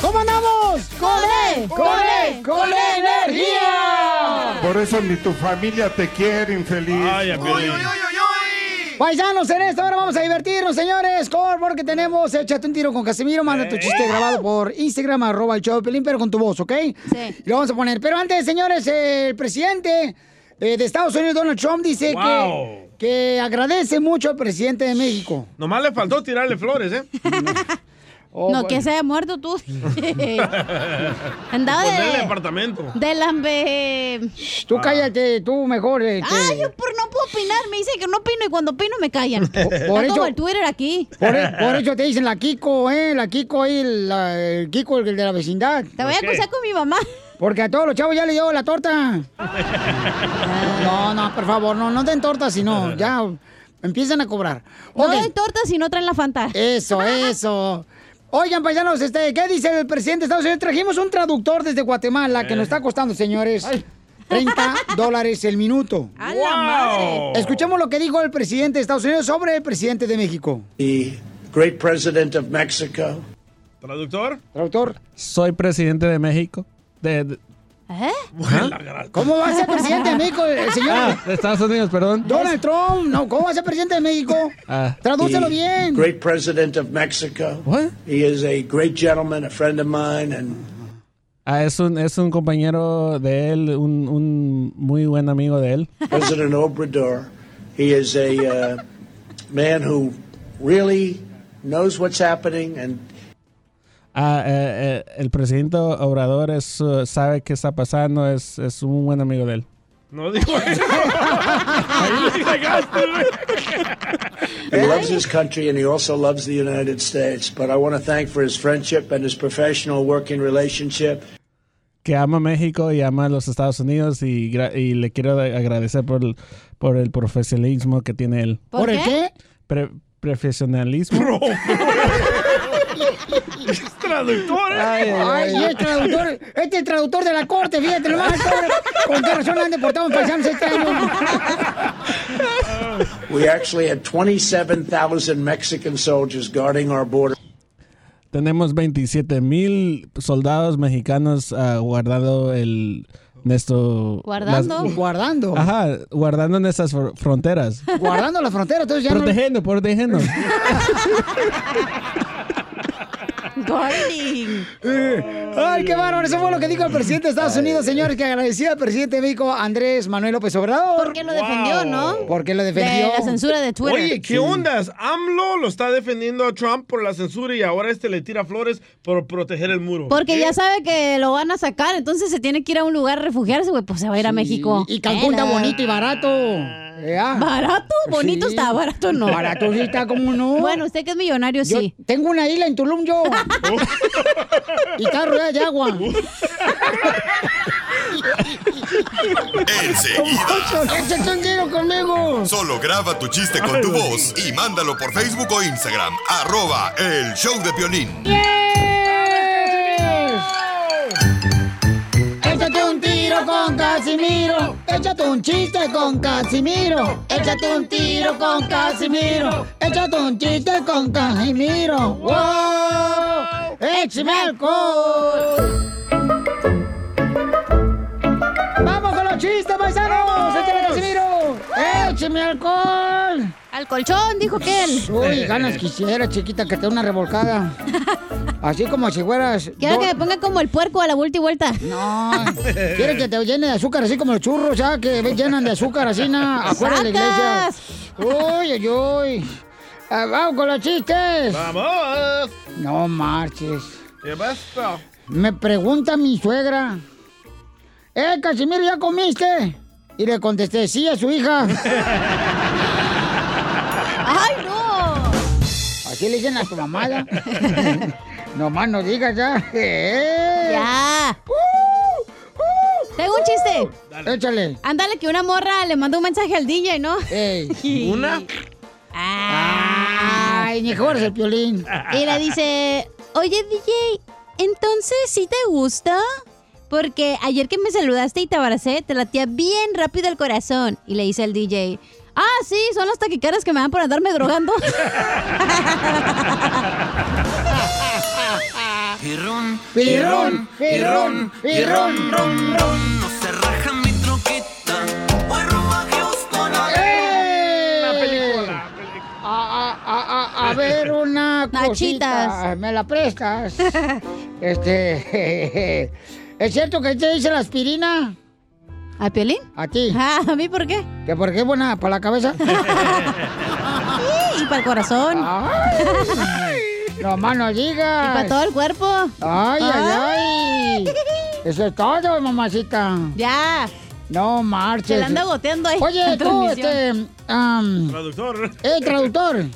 Speaker 2: ¿Cómo andamos? ¡Con él! ¡Con
Speaker 10: e,
Speaker 2: él! ¡Con energía!
Speaker 17: Por eso ni tu familia te quiere, infeliz.
Speaker 2: Paisanos, en esta hora vamos a divertirnos, señores, con porque tenemos Échate un tiro con Casimiro, manda tu chiste grabado por Instagram, arroba el show de Pelín, pero con tu voz, ¿ok? Sí. Lo vamos a poner. Pero antes, señores, el presidente eh, de Estados Unidos, Donald Trump, dice
Speaker 7: Wow.
Speaker 2: que, que agradece mucho al presidente de México.
Speaker 7: Nomás le faltó tirarle flores, ¿eh?
Speaker 2: Oh,
Speaker 3: no, que se haya muerto tú. Andaba de-
Speaker 7: Ponerle apartamento.
Speaker 3: Del hambre.
Speaker 2: Tú cállate, tú mejor. eh, que-
Speaker 3: Ah, yo por no puedo opinar. Me dicen que no opino y cuando opino me callan. Está
Speaker 2: por eso-
Speaker 3: como el Twitter aquí.
Speaker 2: Por, e- por eso te dicen la Kiko, ¿eh? La Kiko ahí, la- el Kiko, el de la vecindad.
Speaker 3: Te voy a ¿Por qué? acusar
Speaker 2: con mi mamá. Porque a todos los chavos ya le dio la torta. No, no, por favor, no, no den torta, sino ya empiezan a cobrar.
Speaker 3: No
Speaker 2: Ok.
Speaker 3: den torta si no traen la Fanta.
Speaker 2: Eso, eso. Oigan, paisanos, este, ¿qué dice el presidente de Estados Unidos? Trajimos un traductor desde Guatemala que nos está costando, señores, 30 dólares el minuto.
Speaker 15: ¡A la madre!
Speaker 2: Escuchemos lo que dijo el presidente de Estados Unidos sobre el presidente de México.
Speaker 18: the great president of Mexico.
Speaker 7: ¿Traductor?
Speaker 2: Traductor.
Speaker 18: Soy presidente de México. De, de-
Speaker 3: ¿Eh?
Speaker 2: ¿Cómo va a ser presidente de México el el señor?
Speaker 18: Ah, de Estados Unidos, perdón.
Speaker 2: Donald Trump, no, ¿cómo va a ser presidente de México?
Speaker 18: Ah.
Speaker 2: Tradúcelo
Speaker 18: Y-
Speaker 2: bien.
Speaker 18: Great president of Mexico. He is a great gentleman, a friend of mine Ah, es un es un compañero de él, un, un muy buen amigo de él. President Obrador. He is a uh, man who really knows what's happening and Ah, eh, eh, el presidente Obrador es, eh, sabe qué está pasando, es, es un buen amigo de él.
Speaker 7: No digo eso. Ahí sí cagaste, güey.
Speaker 18: He loves his country and he also loves the United States, but I want to thank for his friendship and his professional working relationship. Que ama México y ama los Estados Unidos y, gra- y le quiero a- agradecer por el, por el profesionalismo que tiene él.
Speaker 2: ¿Por ¿Por qué? qué?
Speaker 18: Pre- profesionalismo.
Speaker 7: Traductor, ¿eh?
Speaker 18: Ay,
Speaker 2: Ay, y el traductor, este traductor de la corte, fíjate, lo más pobre. Con qué razón lo han deportado en paisanos este año.
Speaker 18: We actually had 27,000 Mexican soldiers guarding our border. Tenemos 27 mil soldados mexicanos ah, guardado el nuestro
Speaker 3: Guardando.
Speaker 18: las-
Speaker 2: Guardando.
Speaker 18: Ajá, guardando nuestras fr- fronteras.
Speaker 2: Guardando la frontera, entonces ya no-
Speaker 18: protegiendo, protegiendo.
Speaker 3: Gardening.
Speaker 2: Eh, Ay, qué bárbaro. Eso fue lo que dijo el presidente de Estados Unidos, señores, que agradecía al presidente de México, Andrés Manuel López Obrador. Porque
Speaker 3: lo defendió, ¿no?
Speaker 2: Porque lo defendió.
Speaker 4: Oye, ¿qué
Speaker 2: Sí.
Speaker 4: ondas? AMLO lo está defendiendo a Trump por la censura y ahora este le tira flores por proteger el muro.
Speaker 3: Porque
Speaker 4: ¿Qué?
Speaker 3: ya sabe que lo van a sacar, entonces se tiene que ir a un lugar a refugiarse, güey, pues se va a ir a México.
Speaker 2: Y Cancún está bonito y barato.
Speaker 3: ¿Barato? Bonito
Speaker 2: Sí.
Speaker 3: está, barato no.
Speaker 2: Barato sí está, ¿cómo no?
Speaker 3: Bueno, usted que es millonario,
Speaker 2: Yo
Speaker 3: sí.
Speaker 2: Tengo una isla en Tulum yo. y está rodeada de agua.
Speaker 9: Enseguida.
Speaker 2: ¡Échate un tiro conmigo!
Speaker 9: Solo graba tu chiste con tu voz y mándalo por Facebook o Instagram. Arroba el show de Piolín.
Speaker 2: Échate un tiro con Casimiro. Échate un chiste con Casimiro. Échate un tiro con Casimiro. Échate un chiste con Casimiro. ¡Wow! ¡Échame alcohol! ¡Vamos con los chistes, paisanos! ¡Échame Casimiro! ¡Échame alcohol!
Speaker 3: Al colchón, dijo que él.
Speaker 2: Uy, ganas quisiera, chiquita, que te dé una revolcada. Así como si fueras...
Speaker 3: Quiero que me
Speaker 2: ponga como el puerco a la vuelta y vuelta. No, quiere que te llene de azúcar, así como los churros, ya que ve- llenan de azúcar, así, na, afuera de la iglesia.
Speaker 3: ¡Sacas!
Speaker 2: Uy, uy, uy. Ah, vamos con los chistes.
Speaker 4: ¡Vamos!
Speaker 2: No marches.
Speaker 4: ¿Qué pasa?
Speaker 2: Me pregunta mi suegra. Eh, Casimiro, ¿ya comiste? Y le contesté, sí, a su hija.
Speaker 3: ¡Ay, no!
Speaker 2: Así le dicen a tu mamá, ya. Nomás no digas ya.
Speaker 3: Ya. Tengo un chiste.
Speaker 2: Échale.
Speaker 3: Ándale que una morra le mandó un mensaje al DJ, ¿no?
Speaker 2: ¿Una? Ay, mejor es el piolín.
Speaker 3: Ah. Y le dice, oye DJ, entonces sí te gusta. Porque ayer que me saludaste y te abracé, te latía bien rápido el corazón. Y le dice el DJ, ah, sí, son las taquicaras que me dan por andarme drogando.
Speaker 7: Pirrón,
Speaker 1: Pirrón,
Speaker 7: pirrón,
Speaker 1: pirrón,
Speaker 7: pirrón, pirrón,
Speaker 1: pirrón,
Speaker 7: ron, ron. No se raja mi troquita. Voy rumbo a Houston.
Speaker 2: Una película. A, a- a- a ver una
Speaker 3: Nachitas.
Speaker 2: cosita. Ah, ¿Me la prestas? Este... ¿Es cierto que te dice la aspirina?
Speaker 3: ¿A Piolín? Ah,
Speaker 2: A ti.
Speaker 3: ¿A mí por qué?
Speaker 2: ¿Que por qué es buena? ¿Para la cabeza?
Speaker 3: Sí, y para el corazón.
Speaker 2: No más no digas.
Speaker 3: Y para todo el cuerpo.
Speaker 2: Ay, ay, ay. Eso es todo, mamacita.
Speaker 3: Ya.
Speaker 2: No marches.
Speaker 3: Se la anda goteando ahí
Speaker 2: Oye,
Speaker 3: la
Speaker 2: tú,
Speaker 3: transmisión.
Speaker 2: este. am,
Speaker 4: Traductor.
Speaker 2: eh, traductor. El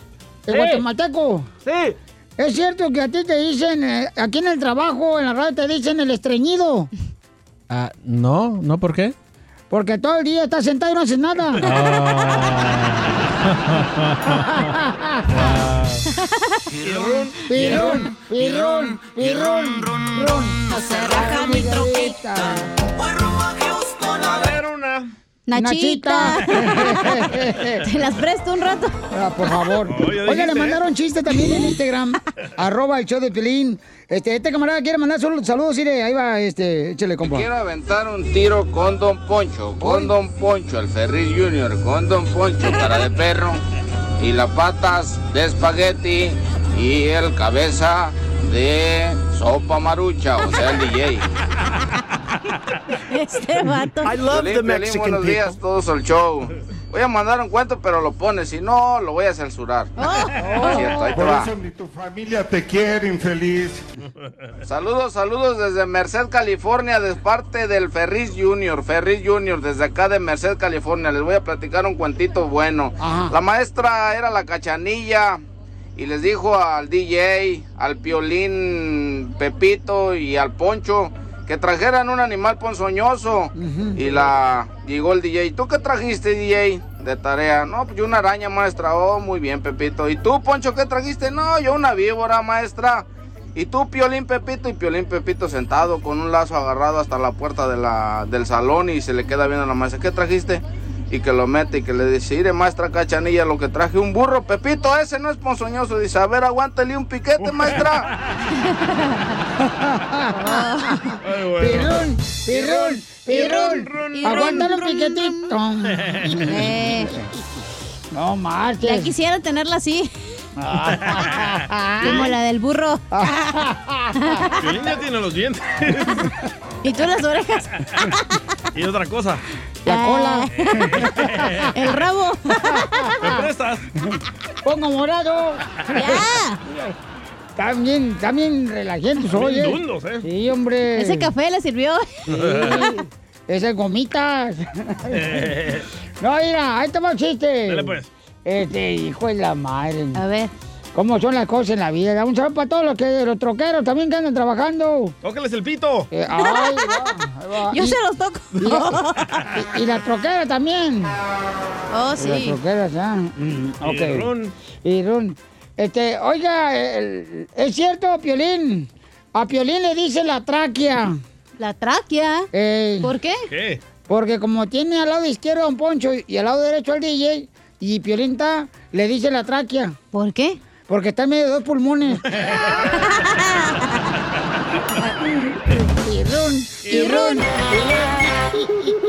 Speaker 4: Sí.
Speaker 2: guatemalteco.
Speaker 4: Sí.
Speaker 2: Es cierto que a ti te dicen, eh, aquí en el trabajo, en la radio, te dicen el estreñido.
Speaker 18: Ah, no, no, ¿por qué?
Speaker 2: Porque todo el día estás sentado y no haces nada.
Speaker 1: Pirrón,
Speaker 2: pirrón, pirrón, pirrón, pirrón.
Speaker 1: No se raja mi troquita.
Speaker 4: A ver una.
Speaker 3: Nachita.
Speaker 2: Nachita.
Speaker 3: Te las presto un rato.
Speaker 2: Ah, por favor.
Speaker 3: ya
Speaker 2: Oiga,
Speaker 3: dijiste,
Speaker 2: le
Speaker 3: ¿eh?
Speaker 2: mandaron chiste también en Instagram. arroba el show de Pelín. Este, este camarada quiere mandar solo saludos, mire, ahí va, este, échale, compa.
Speaker 19: Quiero aventar un tiro con Don Poncho, con Don Poncho, el Ferril Junior, con Don Poncho, cara de perro, y las patas de espagueti y el cabeza de sopa marucha, o sea, el DJ.
Speaker 3: Este vato.
Speaker 19: Piolín, Piolín, buenos días, todos al show. Voy a mandar un cuento, pero lo pones, si no, lo voy a censurar.
Speaker 3: Oh.
Speaker 19: No es cierto, ahí te
Speaker 20: Por
Speaker 19: va.
Speaker 20: eso ni tu familia te quiere, infeliz.
Speaker 19: Saludos, saludos desde Merced, California, de parte del Ferris Junior. Ferris Junior, desde acá de Merced, California. Les voy a platicar un cuentito bueno. La maestra era la cachanilla y les dijo al DJ, al piolín Pepito y al Poncho que trajeran un animal ponzoñoso. Y la llegó el DJ. ¿Tú qué trajiste, DJ? De tarea. No, pues yo una araña, maestra. Oh, muy bien, Pepito. ¿Y tú, Poncho, qué trajiste? No, yo una víbora, maestra. Y tú, Piolín Pepito, y Piolín Pepito sentado con un lazo agarrado hasta la puerta de la- del salón y se le queda viendo a la maestra. ¿Qué trajiste? Y que lo mete y que le dice, "Mire, maestra Cachanilla, lo que traje un burro, Pepito, ese no es ponzoñoso. Dice, a ver, aguántale un piquete, maestra.
Speaker 2: Pirrón, pirrón, pirrón. Aguántalo un piquetito.
Speaker 3: Eh,
Speaker 2: No marches.
Speaker 3: ya quisiera tenerla así. Como la del burro.
Speaker 4: Piolín ya tiene los dientes.
Speaker 3: y tú las orejas.
Speaker 4: y otra cosa.
Speaker 2: Ah.
Speaker 3: La cola. El rabo.
Speaker 4: ¿Me prestas?
Speaker 2: Pongo morado. También, también relajientos,
Speaker 3: Bien
Speaker 2: oye.
Speaker 3: dundos, ¿eh?
Speaker 2: Sí, hombre.
Speaker 3: Ese café le sirvió.
Speaker 2: Sí, Esas gomitas. No, mira, ahí toma un chiste.
Speaker 3: Dale, pues.
Speaker 2: Este, hijo de la madre. A ver. ¿Cómo son las cosas en la vida? Un saludo para todos los que los troqueros también que andan trabajando.
Speaker 4: Tócales el pito.
Speaker 2: Eh, ay, Yo se los toco. Y, y las troqueras también. Y
Speaker 3: Oh,
Speaker 2: Las
Speaker 3: sí.
Speaker 2: troqueras, ah. mm,
Speaker 3: Y
Speaker 2: ok.
Speaker 3: ron.
Speaker 2: Y ron. Este, oiga, el- es cierto, Piolín. A Piolín le dice la tráquea. ¿La tráquea? ¿Por qué?
Speaker 4: ¿Qué?
Speaker 2: Porque como tiene al lado izquierdo a un poncho y al lado derecho al DJ, y Piolín está, le dice la tráquea. ¿Por qué? Porque está en medio de dos pulmones. y run, y run, y run.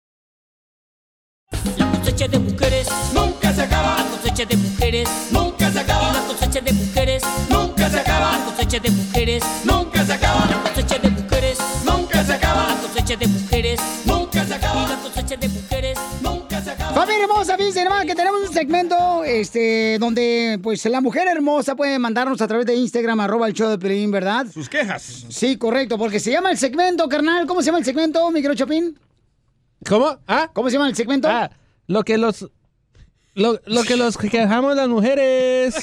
Speaker 21: cosecha de mujeres nunca se acaba. La cosecha de mujeres nunca se acaba. La cosecha de mujeres nunca se acaba. La cosecha de mujeres nunca se acaba. La cosecha de mujeres nunca se acaba. La cosecha de mujeres nunca se acaba. La cosecha de mujeres nunca se acaba.
Speaker 2: Familia hermosa, fíjense hermano que tenemos un segmento este, donde pues la mujer hermosa puede mandarnos a través de Instagram, arroba el show de Pelín, ¿verdad?
Speaker 4: Sus quejas.
Speaker 2: Sí, correcto, porque se llama el segmento, carnal. ¿Cómo se llama el segmento, micro Chapín?
Speaker 18: ¿Cómo? ¿Ah?
Speaker 2: ¿Cómo se llama el segmento?
Speaker 18: Ah, lo que los. Lo, lo que los quejamos las mujeres.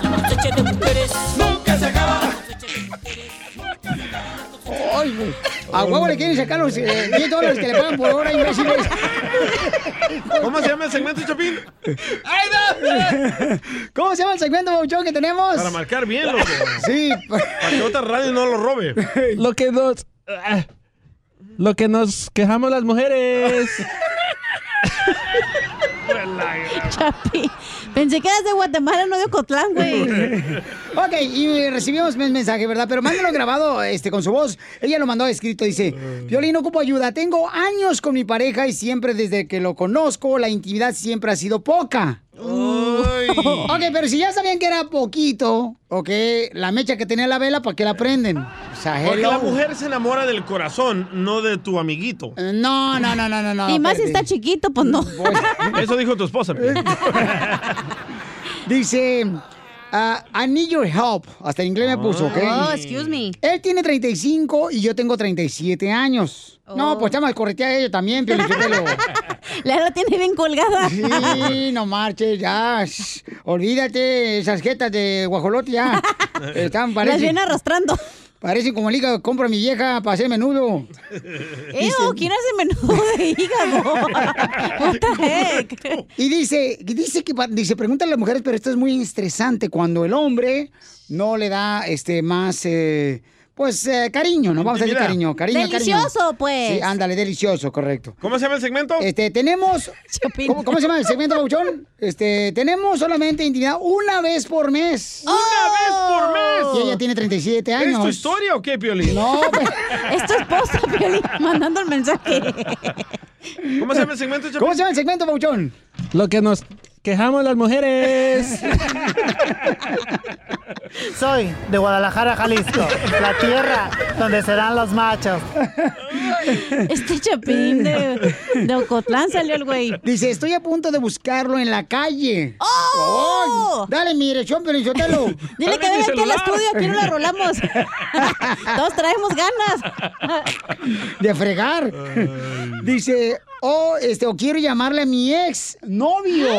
Speaker 21: La cosecha de mujeres nunca se acaba.
Speaker 2: Ay, güey. A huevo le quieren sacar los eh, 10 dólares que le pagan por hora, imbéciles.
Speaker 4: ¿Cómo se llama el segmento, Chapín?
Speaker 2: ¿Cómo se llama el segmento, Bauchón, que tenemos?
Speaker 4: Para marcar bien, loco.
Speaker 2: Sí.
Speaker 4: Para que otra radio no lo robe.
Speaker 18: lo que nos. ah, lo que nos quejamos las mujeres.
Speaker 3: Chapi. Pensé que eras de Guatemala, no de Ocotlán, güey.
Speaker 2: Ok, y eh, recibimos el mensaje, ¿verdad? Pero mándalo grabado este, con su voz. Ella lo mandó escrito, dice, Violín, ocupo ayuda. Tengo años con mi pareja y siempre desde que lo conozco, la intimidad siempre ha sido poca. ok, pero si ya sabían que era poquito, ok, la mecha que tenía la vela, ¿para qué la prenden? O sea,
Speaker 4: Porque
Speaker 2: hello.
Speaker 4: la mujer se enamora del corazón, no de tu amiguito.
Speaker 2: Eh, No, no, no, no, no, no.
Speaker 3: y más si
Speaker 2: espérate.
Speaker 3: está chiquito, pues no.
Speaker 4: Eso dijo tu esposa.
Speaker 2: Dice, ah, I need your help. Hasta en inglés me puso, ¿ok?
Speaker 3: Oh, excuse me.
Speaker 2: Él tiene 35 y yo tengo 37 años. No, pues chama, corretea a ella también, pero
Speaker 3: Oh. La la tiene bien colgada.
Speaker 2: Sí, no marches, ya. Shh, Olvídate esas jetas de guajolote, ya. Están,
Speaker 3: Las
Speaker 2: parecen,
Speaker 3: viene arrastrando.
Speaker 2: Parecen como el hígado que compra mi vieja para hacer menudo.
Speaker 3: Ew, ¿quién hace menudo de hígado?
Speaker 2: Y dice, dice que pa- dice, pregunta a las mujeres, pero esto es muy estresante cuando el hombre no le da este más eh, pues eh, cariño, no vamos a decir
Speaker 4: Intimidad.
Speaker 2: cariño, cariño, cariño.
Speaker 3: Delicioso, pues.
Speaker 2: Sí, ándale, delicioso, correcto.
Speaker 4: ¿Cómo se llama el segmento?
Speaker 2: Este, tenemos ¿Cómo, cómo se llama el segmento, Bauchón? Este, tenemos solamente intimidad una vez por mes. ¡Una
Speaker 4: vez por mes!
Speaker 2: Y ella tiene 37 años.
Speaker 4: ¿Es tu historia o qué, Piolín?
Speaker 2: No, pero...
Speaker 3: es tu esposa, Piolín, mandando el mensaje.
Speaker 4: ¿Cómo se llama el segmento, Chapín?
Speaker 2: ¿Cómo se llama el segmento, Bauchón?
Speaker 18: Lo que nos quejamos las mujeres.
Speaker 6: Soy de Guadalajara, Jalisco, la tierra donde serán los machos.
Speaker 3: Este chapín de, de Ocotlán salió el güey.
Speaker 2: Dice, estoy a punto de buscarlo en la calle. ¡Oh! Dale mi dirección, Piolinsotelo.
Speaker 3: Dile que venga aquí al estudio, aquí no la rolamos. Todos traemos ganas.
Speaker 2: de fregar. Dice, oh, este, o quiero llamarle a mi ex novio.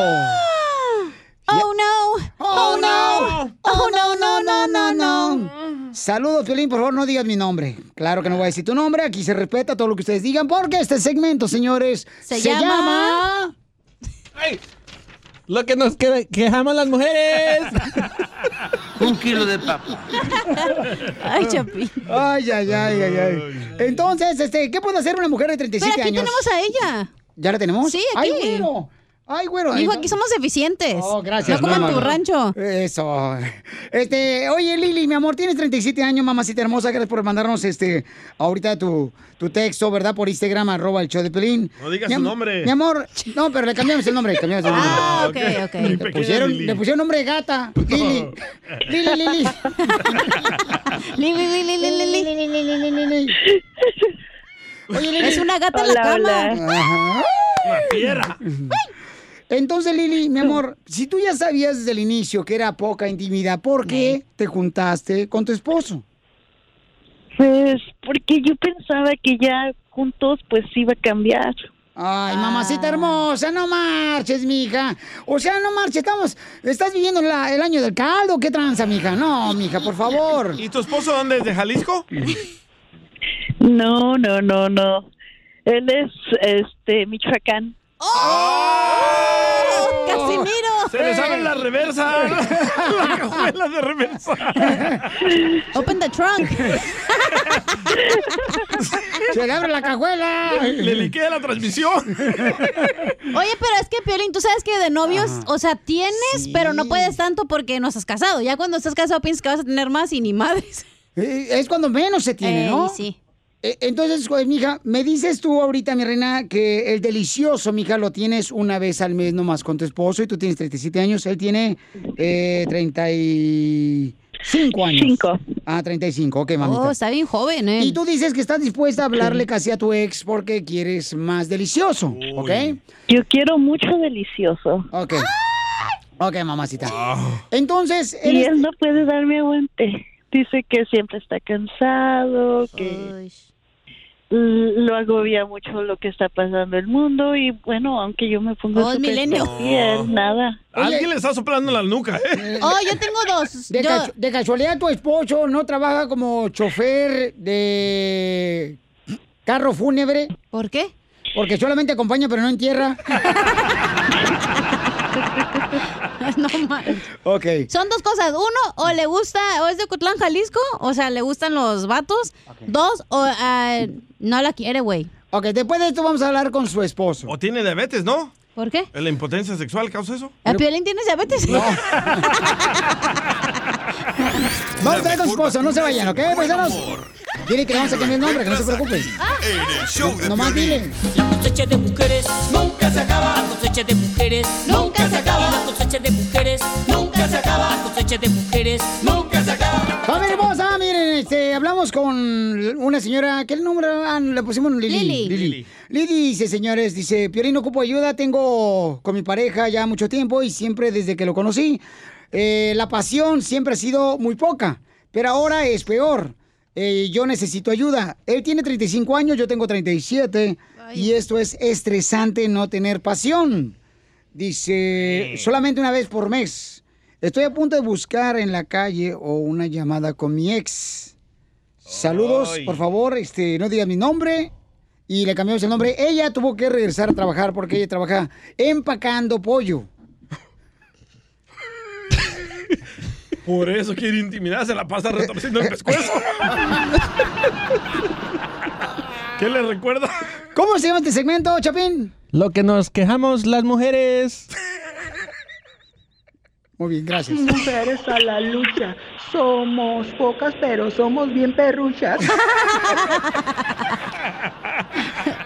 Speaker 3: Oh no,
Speaker 2: oh no, oh no, no, no, no, no. Saludos, Piolín, por favor, no digas mi nombre. Claro que no voy a decir tu nombre, aquí se respeta todo lo que ustedes digan, porque este segmento, señores,
Speaker 3: Se llama-
Speaker 18: Ay, Lo que nos que- quejamos las mujeres.
Speaker 22: Un kilo de papa.
Speaker 3: Ay, Chapi.
Speaker 2: Ay, ay, ay, ay, ay. Entonces, este, ¿qué puede hacer una mujer de 37
Speaker 3: Pero aquí
Speaker 2: años?
Speaker 3: tenemos a ella.
Speaker 2: ¿Ya la tenemos?
Speaker 3: Sí,
Speaker 2: Ay,
Speaker 3: aquí.
Speaker 2: güero. Ay, güero.
Speaker 3: Hijo,
Speaker 2: Ay,
Speaker 3: aquí somos eficientes.
Speaker 2: Oh, gracias.
Speaker 3: No como en tu rancho.
Speaker 2: Eso. Este, oye, Lili, mi amor, tienes 37 años, mamacita hermosa. Gracias por mandarnos este ahorita tu, tu texto, ¿verdad? Por Instagram, arroba el show de Pelín.
Speaker 4: No digas
Speaker 2: Mi
Speaker 4: su
Speaker 2: am-
Speaker 4: nombre.
Speaker 2: Mi amor, no, pero le cambiamos el nombre, le cambiamos el nombre.
Speaker 4: Ah, ok, ok. Mi
Speaker 2: Le
Speaker 4: pequeña
Speaker 2: pusieron,
Speaker 4: Lili.
Speaker 2: le pusieron nombre de gata. Lili. Lili, Lili.
Speaker 3: Lili, Lili, Lili,
Speaker 2: Lili, Lili, Lili. Oye, Lili.
Speaker 3: Es una gata en la Hola, cama. hola.
Speaker 2: Ajá.
Speaker 3: fiera.
Speaker 2: Entonces, Lili, mi amor, si tú ya sabías desde el inicio que era poca intimidad, ¿por qué te juntaste con tu esposo?
Speaker 8: Pues porque yo pensaba que ya juntos pues iba a cambiar. Ah.
Speaker 2: Ay, mamacita hermosa, no marches, mija. O sea, no marches, estamos, estás viviendo la- el año del caldo, qué tranza, mija. No, mija, por favor.
Speaker 4: ¿Y tu esposo dónde es? ¿De Jalisco?
Speaker 8: No, no, no, no. Él es este Michoacán.
Speaker 3: ¡Casimiro!
Speaker 4: Se le sabe la reversa. La cajuela de reversa.
Speaker 3: Open the trunk.
Speaker 2: Se le abre la cajuela.
Speaker 4: Le liquea la transmisión.
Speaker 3: Oye, pero es que, Piolín, tú sabes que de novios, o sea, tienes, pero no puedes tanto porque no estás casado. Ya cuando estás casado piensas que vas a tener más y ni madres.
Speaker 2: Eh, Es cuando menos se tiene,
Speaker 3: Ey,
Speaker 2: ¿no?
Speaker 3: sí.
Speaker 2: Eh, Entonces, pues, mija, me dices tú ahorita, mi reina, que el delicioso, mija, lo tienes una vez al mes nomás con tu esposo y tú tienes 37 años, él tiene eh, 35 años. Ah, 35, ok, mamita.
Speaker 3: Oh, está bien joven, ¿eh?
Speaker 2: Y tú dices que estás dispuesta a hablarle casi a tu ex porque quieres más delicioso, ¿ok?
Speaker 8: Yo quiero mucho delicioso.
Speaker 2: Ok. Ok, mamacita. Entonces,
Speaker 8: Y
Speaker 7: este
Speaker 2: eres-
Speaker 8: él no puede darme aguante. Dice que siempre está cansado, que l- lo agobia mucho lo que está pasando en el mundo y bueno, aunque yo me pongo
Speaker 3: Oh, es
Speaker 8: súper
Speaker 3: milenio.
Speaker 8: seria, él nada.
Speaker 4: Alguien le está soplando la nuca, ¿eh?
Speaker 3: Oh, yo tengo dos.
Speaker 2: De,
Speaker 3: Yo-
Speaker 2: casu- de casualidad, tu esposo no trabaja como chofer de carro fúnebre.
Speaker 3: ¿Por qué?
Speaker 2: Porque solamente acompaña, pero no entierra.
Speaker 3: no manches.
Speaker 2: Ok.
Speaker 3: Son dos cosas. Uno, o le gusta, o es de Cotlán, Jalisco, o sea, le gustan los vatos. Dos, o ah, no la quiere, güey.
Speaker 2: Ok, después de esto vamos a hablar con su esposo.
Speaker 4: O tiene diabetes, ¿no?
Speaker 3: ¿Por qué?
Speaker 4: ¿La impotencia sexual causa eso?
Speaker 3: ¿A Piolín tienes diabetes?
Speaker 2: Vamos a traer con su esposo, no se vayan, ¿ok, paisanos? Dile que le vamos a cambiar el nombre, que no se preocupen. Ah. Nomás dile.
Speaker 21: La cosecha de mujeres nunca se acaba. La cosecha de mujeres nunca se acaba. La cosecha de mujeres nunca se acaba. La cosecha de mujeres nunca se acaba.
Speaker 2: Familia hermosa, miren, este, hablamos con una señora, ¿qué nombre ah, le pusimos? Lili.
Speaker 3: Lili.
Speaker 2: Lili. Lili dice, señores, dice, Piolín, no ocupo ayuda, tengo con mi pareja ya mucho tiempo y siempre desde que lo conocí, eh, la pasión siempre ha sido muy poca, pero ahora es peor. Eh, yo necesito ayuda. Él tiene 35 años, yo tengo 37 y esto es estresante no tener pasión. Dice, solamente una vez por mes. Estoy a punto de buscar en la calle o una llamada con mi ex. Saludos,
Speaker 23: Ay.
Speaker 2: por favor, este, no digas mi nombre. Y le cambiamos el nombre. Ella tuvo que regresar a trabajar porque ella trabaja empacando pollo.
Speaker 4: Por eso quiere intimidar, se la pasa retorciendo el pescuezo. ¿Qué le recuerda?
Speaker 2: ¿Cómo se llama este segmento, Chapín?
Speaker 18: Lo que nos quejamos las mujeres.
Speaker 2: Muy bien, gracias.
Speaker 24: Mujeres a la lucha. Somos pocas, pero somos bien perruchas.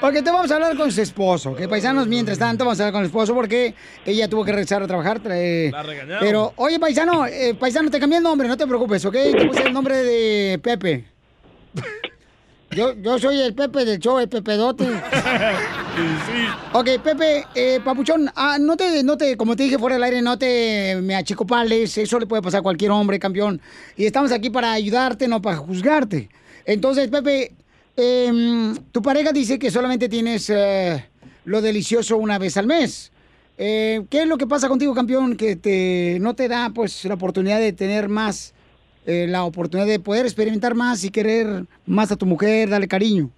Speaker 2: Ok, entonces vamos a hablar con su esposo. Que paisanos, mientras tanto, vamos a hablar con el esposo porque ella tuvo que regresar a trabajar. eh,
Speaker 4: La regañaron.
Speaker 2: pero, oye, paisano, eh, paisano, te cambié el nombre, no te preocupes, ¿ok? Te puse el nombre de Pepe. Yo, yo soy el Pepe del show, el Pepe Dote. Ok, Pepe, eh, Papuchón, ah, no te, no te, como te dije fuera del aire, no te me achicopales, eso le puede pasar a cualquier hombre, campeón. Y estamos aquí para ayudarte, no para juzgarte. Entonces, Pepe, em, tu pareja dice que solamente tienes eh, lo delicioso una vez al mes. Eh, ¿Qué es lo que pasa contigo, campeón, que te, no te da pues la oportunidad de tener más, eh, la oportunidad de poder experimentar más y querer más a tu mujer, darle cariño?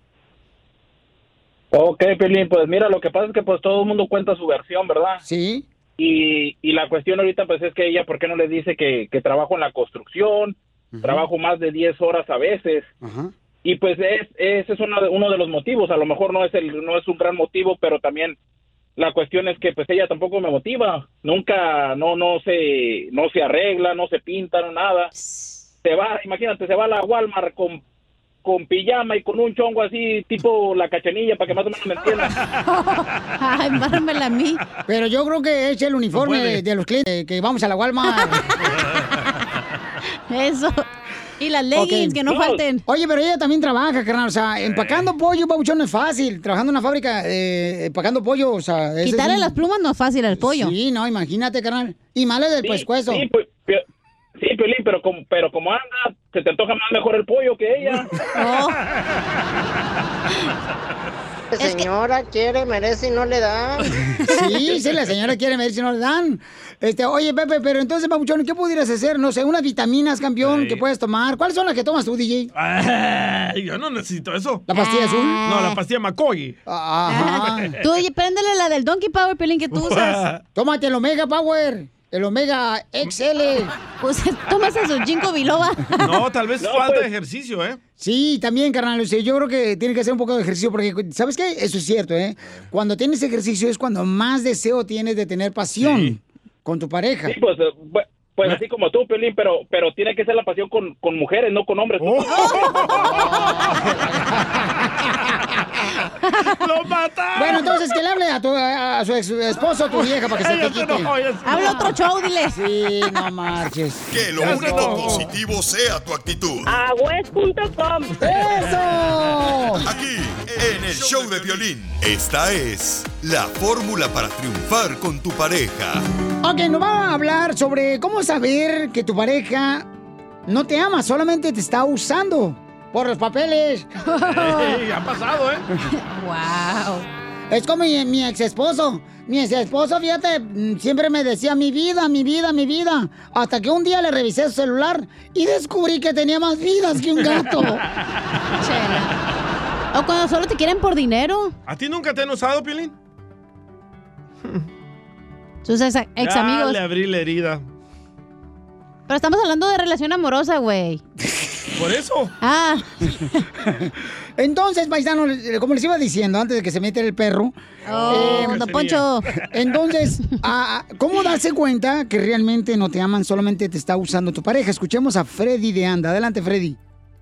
Speaker 10: Ok, Pelín, pues mira, lo que pasa es que pues todo el mundo cuenta su versión, ¿verdad?
Speaker 2: Sí.
Speaker 10: Y, y la cuestión ahorita pues es que ella, ¿por qué no le dice que, que trabajo en la construcción? Trabajo más de 10 horas a veces. Y pues es, ese es uno de, uno de los motivos, a lo mejor no es, el, no es un gran motivo, pero también la cuestión es que pues ella tampoco me motiva, nunca, no, no se, no se arregla, no se pinta, no nada. Se va, imagínate, se va a la Walmart con con pijama y con un chongo así, tipo la cachanilla, para que más o menos me entiendan.
Speaker 2: Ay, embárramela a mí. Pero yo creo que es el uniforme
Speaker 10: No puede.
Speaker 2: de, de los clientes, que vamos a la Walmart. Eso. Y las
Speaker 3: leggings, que no falten. Eh.
Speaker 2: Oye, pero ella también trabaja, carnal. O sea, empacando pollo, babuchón, no es fácil. Trabajando en una fábrica, eh, empacando pollo, o sea... ese
Speaker 3: Quitarle
Speaker 2: es un-
Speaker 3: las plumas no es fácil al pollo.
Speaker 2: Sí, no, imagínate, carnal. Y malo del
Speaker 10: Sí,
Speaker 2: pescuezo.
Speaker 10: Sí, pues, pe- pe- sí, Piolín, pero como, pero como anda, se te antoja más mejor el pollo que ella.
Speaker 11: Señora quiere, merece y no le da.
Speaker 2: Sí, sí, la señora quiere ver si no le dan. Este, oye, Pepe, pero entonces, Pabuchón, ¿qué pudieras hacer? No sé, unas vitaminas, campeón, que puedes tomar. ¿Cuáles son las que tomas tú, DJ?
Speaker 4: Ay, yo no necesito eso.
Speaker 2: ¿La pastilla azul? Ah,
Speaker 4: No, la pastilla McCoy.
Speaker 2: Ajá.
Speaker 3: Ah, Tú oye, préndele la del Donkey Power, Pelín, que tú usas.
Speaker 2: Tómate el Omega Power, el Omega XL.
Speaker 3: Pues tomas a su Ginkgo Biloba.
Speaker 4: No, tal vez falta
Speaker 2: pues.
Speaker 4: de ejercicio, ¿eh?
Speaker 2: Sí, también, carnal. o sea, Yo creo que tiene que hacer un poco de ejercicio porque, ¿sabes qué? Eso es cierto, ¿eh? Cuando tienes ejercicio es cuando más deseo tienes de tener pasión con tu pareja.
Speaker 10: Sí, pues, eh, bu- pues así como tú, Piolín, pero, pero tiene que ser la pasión con, con mujeres, no con hombres.
Speaker 4: ¡Lo mata!
Speaker 2: Bueno, entonces que le hable a, tu- a- a su ex- esposo, tu vieja, para que se te
Speaker 4: Cállate,
Speaker 2: quite.
Speaker 4: no, ya se-
Speaker 2: Habla otro show, dile. Sí, no marches.
Speaker 9: Que lo
Speaker 2: Ya se
Speaker 9: único
Speaker 2: enojó.
Speaker 9: positivo sea tu actitud.
Speaker 11: Agüez.com.
Speaker 2: ¡Eso!
Speaker 9: Aquí, en el show de violín. Esta es la fórmula para triunfar con tu pareja.
Speaker 2: Ok, nos vamos a hablar sobre cómo saber que tu pareja no te ama, solamente te está usando por los papeles.
Speaker 4: Ey, ha pasado, ¿eh?
Speaker 2: Wow. Es como mi, mi ex esposo. Mi ex esposo, fíjate, mm, siempre me decía mi vida, mi vida, mi vida. Hasta que un día le revisé su celular y descubrí que tenía más vidas que un gato.
Speaker 3: Chela. O cuando solo te quieren por dinero.
Speaker 4: ¿A ti nunca te han usado, Pilín?
Speaker 3: Sus ex, ex amigos.
Speaker 4: le abrí la herida.
Speaker 3: Pero estamos hablando de relación amorosa, güey.
Speaker 4: Por eso.
Speaker 3: Ah,
Speaker 2: Entonces, paisano, como les iba diciendo antes de que se meta el perro. eh,
Speaker 3: Oh, don Poncho.
Speaker 2: Entonces, ah, ah, ¿cómo darse cuenta que realmente no te aman, solamente te está usando tu pareja? Escuchemos a Freddy de Anda. Adelante, Freddy.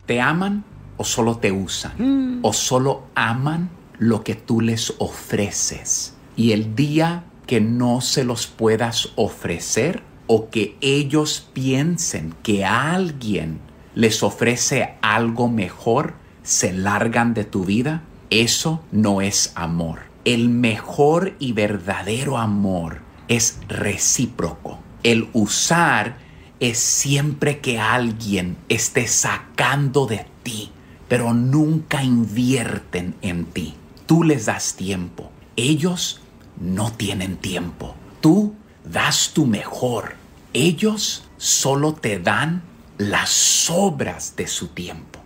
Speaker 12: ¿Te aman o solo te usan? ¿O solo aman lo que tú les ofreces? Y el día que no se los puedas ofrecer o que ellos piensen que alguien les ofrece algo mejor, se largan de tu vida, eso no es amor. El mejor y verdadero amor es recíproco. El usar es siempre que alguien esté sacando de ti, pero nunca invierten en ti. Tú les das tiempo, ellos no tienen tiempo. Tú das tu mejor, ellos solo te dan las obras de su tiempo.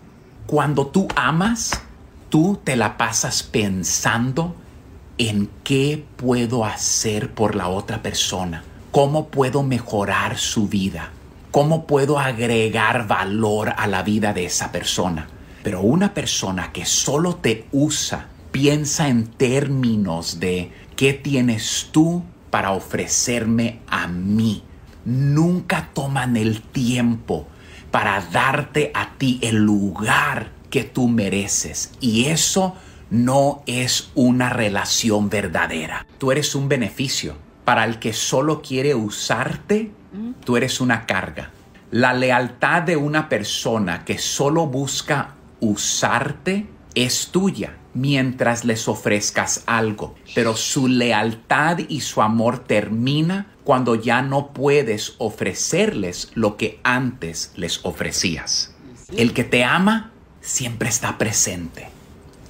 Speaker 12: Cuando tú amas, tú te la pasas pensando en qué puedo hacer por la otra persona, cómo puedo mejorar su vida, cómo puedo agregar valor a la vida de esa persona. Pero una persona que solo te usa piensa en términos de qué tienes tú para ofrecerme a mí. Nunca toman el tiempo para darte a ti el lugar que tú mereces. Y eso no es una relación verdadera. Tú eres un beneficio. Para el que solo quiere usarte, tú eres una carga. La lealtad de una persona que solo busca usarte es tuya mientras les ofrezcas algo, pero su lealtad y su amor termina cuando ya no puedes ofrecerles lo que antes les ofrecías. El que te ama siempre está presente.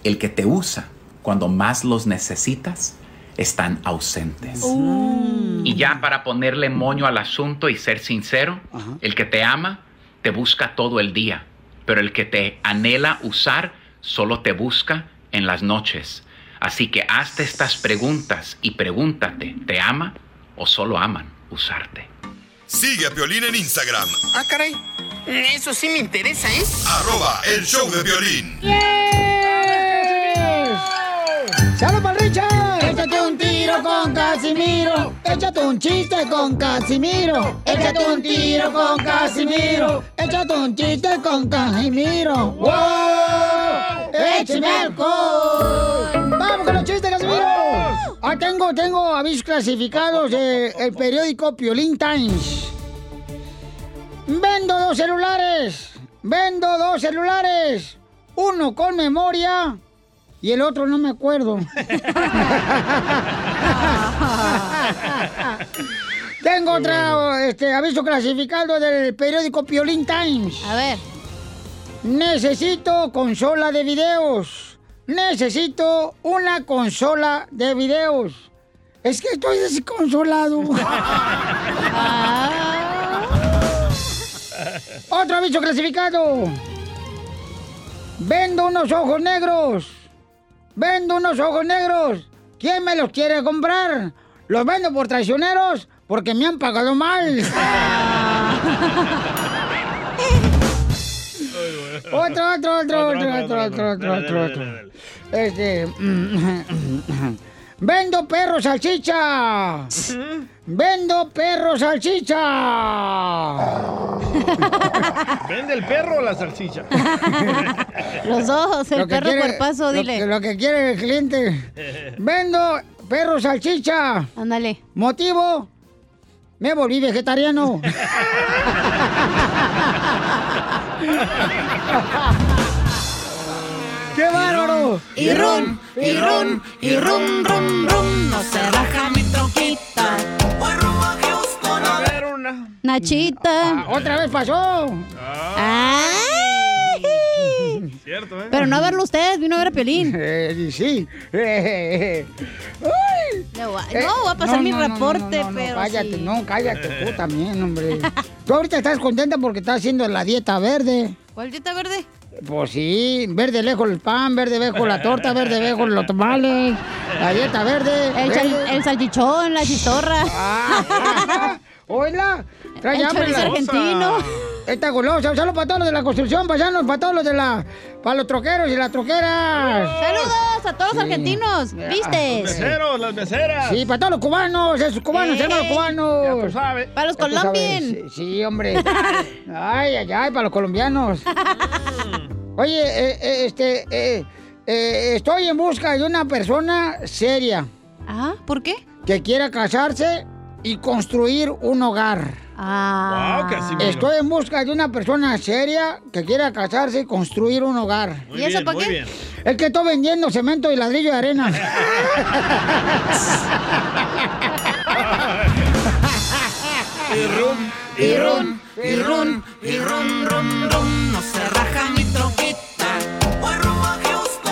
Speaker 12: El que te usa cuando más los necesitas están ausentes. Y ya para ponerle moño al asunto y ser sincero, el que te ama te busca todo el día, pero el que te anhela usar solo te busca en las noches. Así que hazte estas preguntas y pregúntate, ¿te ama o solo aman usarte?
Speaker 9: Sigue a Piolín en Instagram.
Speaker 7: Ah, caray. Eso sí me interesa, ¿eh?
Speaker 9: Arroba el show de violín.
Speaker 2: ¡Salud para Richard! Échate un tiro con Casimiro. Échate un chiste con Casimiro. Échate un tiro con Casimiro. Échate un chiste con Casimiro. ¡Wow! ¡Échame alcohol! ¡Vamos con los chistes, Casimiro! Ah, tengo, tengo avisos clasificados del periódico Piolín Times. Vendo dos celulares. Vendo dos celulares. Uno con memoria y el otro no me acuerdo. Tengo otra este, aviso clasificado del periódico Piolín Times. A ver. Necesito consola de videos. Necesito una consola de videos. Es que estoy desconsolado. Otro aviso clasificado. Vendo unos ojos negros. Vendo unos ojos negros. ¿Quién me los quiere comprar? Los vendo por traicioneros porque me han pagado mal. otro, otro, otro, otro, otro, otro, otro, otro, otro. Este. Vendo perro salchicha. Vendo perro salchicha.
Speaker 4: ¿Vende el perro o la salchicha?
Speaker 3: Los ojos, el
Speaker 2: Lo que
Speaker 3: perro
Speaker 2: quiere-
Speaker 3: cuerpazo,
Speaker 2: lo
Speaker 3: dile.
Speaker 2: que- lo que quiere el cliente. Vendo perro salchicha. Ándale. Motivo. Me volví vegetariano. ¡Qué bárbaro!
Speaker 7: Y ron, y ron, y ron, ron, ron, no se raja mi troquita.
Speaker 3: Nachita.
Speaker 2: Ah, otra vez pasó.
Speaker 3: Ay.
Speaker 4: Cierto, ¿eh?
Speaker 3: Pero no a verlo usted, vino a ver a Piolín.
Speaker 2: Eh, sí.
Speaker 3: No, va-
Speaker 2: Eh,
Speaker 3: no, voy a pasar
Speaker 2: no,
Speaker 3: mi
Speaker 2: no, no,
Speaker 3: reporte,
Speaker 2: no, no,
Speaker 3: pero.
Speaker 2: Cállate,
Speaker 3: sí.
Speaker 2: no, cállate tú también, hombre. Tú ahorita estás contenta porque estás haciendo la dieta verde.
Speaker 3: ¿Cuál dieta verde?
Speaker 2: Pues sí, verde lejos el pan, verde lejos la torta, verde lejos los tamales, la dieta verde.
Speaker 3: El, chal- el salchichón, la chistorra.
Speaker 2: Hola, trae
Speaker 3: El
Speaker 2: hambre
Speaker 3: chorizo
Speaker 2: la-
Speaker 3: argentino.
Speaker 2: Esta golosa, un saludo para todos los de la construcción, paisanos, para todos los de la, para los troqueros y las troqueras.
Speaker 3: Saludos a todos los
Speaker 2: Sí.
Speaker 3: argentinos, ¿viste?
Speaker 2: Los
Speaker 4: meseros, las meseras.
Speaker 2: Sí, para todos los cubanos, esos cubanos,
Speaker 3: Ey.
Speaker 2: hermanos cubanos.
Speaker 3: Ya tú sabes. Para los
Speaker 2: Ya tú sabes.
Speaker 3: colombian.
Speaker 2: Sí, sí, hombre. Ay, ay, ay, para los colombianos.
Speaker 4: Mm.
Speaker 2: Oye, eh, eh, este, eh, eh, estoy en busca de una persona seria.
Speaker 3: Ah, ¿por qué?
Speaker 2: Que quiera casarse y construir un hogar.
Speaker 3: Ah.
Speaker 4: Guau, Casimiro.
Speaker 2: Estoy en busca de una persona seria que quiera casarse y construir un hogar.
Speaker 4: Muy ¿Y eso bien, pa' muy qué? bien.
Speaker 2: Es que estoy vendiendo cemento y ladrillo de arena.
Speaker 7: Y ron, y ron, y ron, y ron, ron, ron, no se raja mi troquita.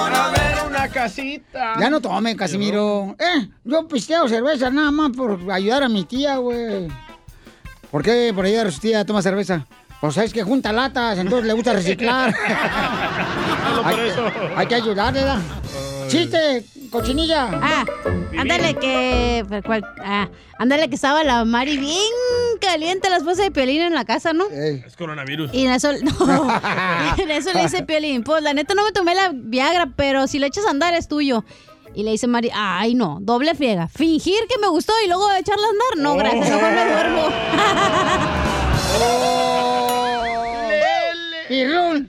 Speaker 4: A ver, una casita.
Speaker 2: Ya no tome, Casimiro. Eh, yo pisteo cerveza nada más por ayudar a mi tía, güey. ¿Por qué por ayudar a su tía toma cerveza? Pues es que junta latas, entonces le gusta reciclar.
Speaker 7: Solo
Speaker 2: hay,
Speaker 7: por eso.
Speaker 2: hay que ayudarle, ¿verdad? ¡Chiste, cochinilla!
Speaker 3: Ah, ándale que. pero cuál- Ah, ándale que estaba la Mari bien caliente, la esposa de Piolín en la casa, ¿no?
Speaker 4: Es coronavirus.
Speaker 3: Y en eso, no, en eso le dice Piolín, pues la neta no me tomé la Viagra, pero si le echas a andar es tuyo. Y le dice Mari, ay no, doble friega. Fingir que me gustó y luego echarla a andar. No,
Speaker 2: Oh.
Speaker 3: gracias, mejor me duermo.
Speaker 2: Y run,
Speaker 3: Oh. y run,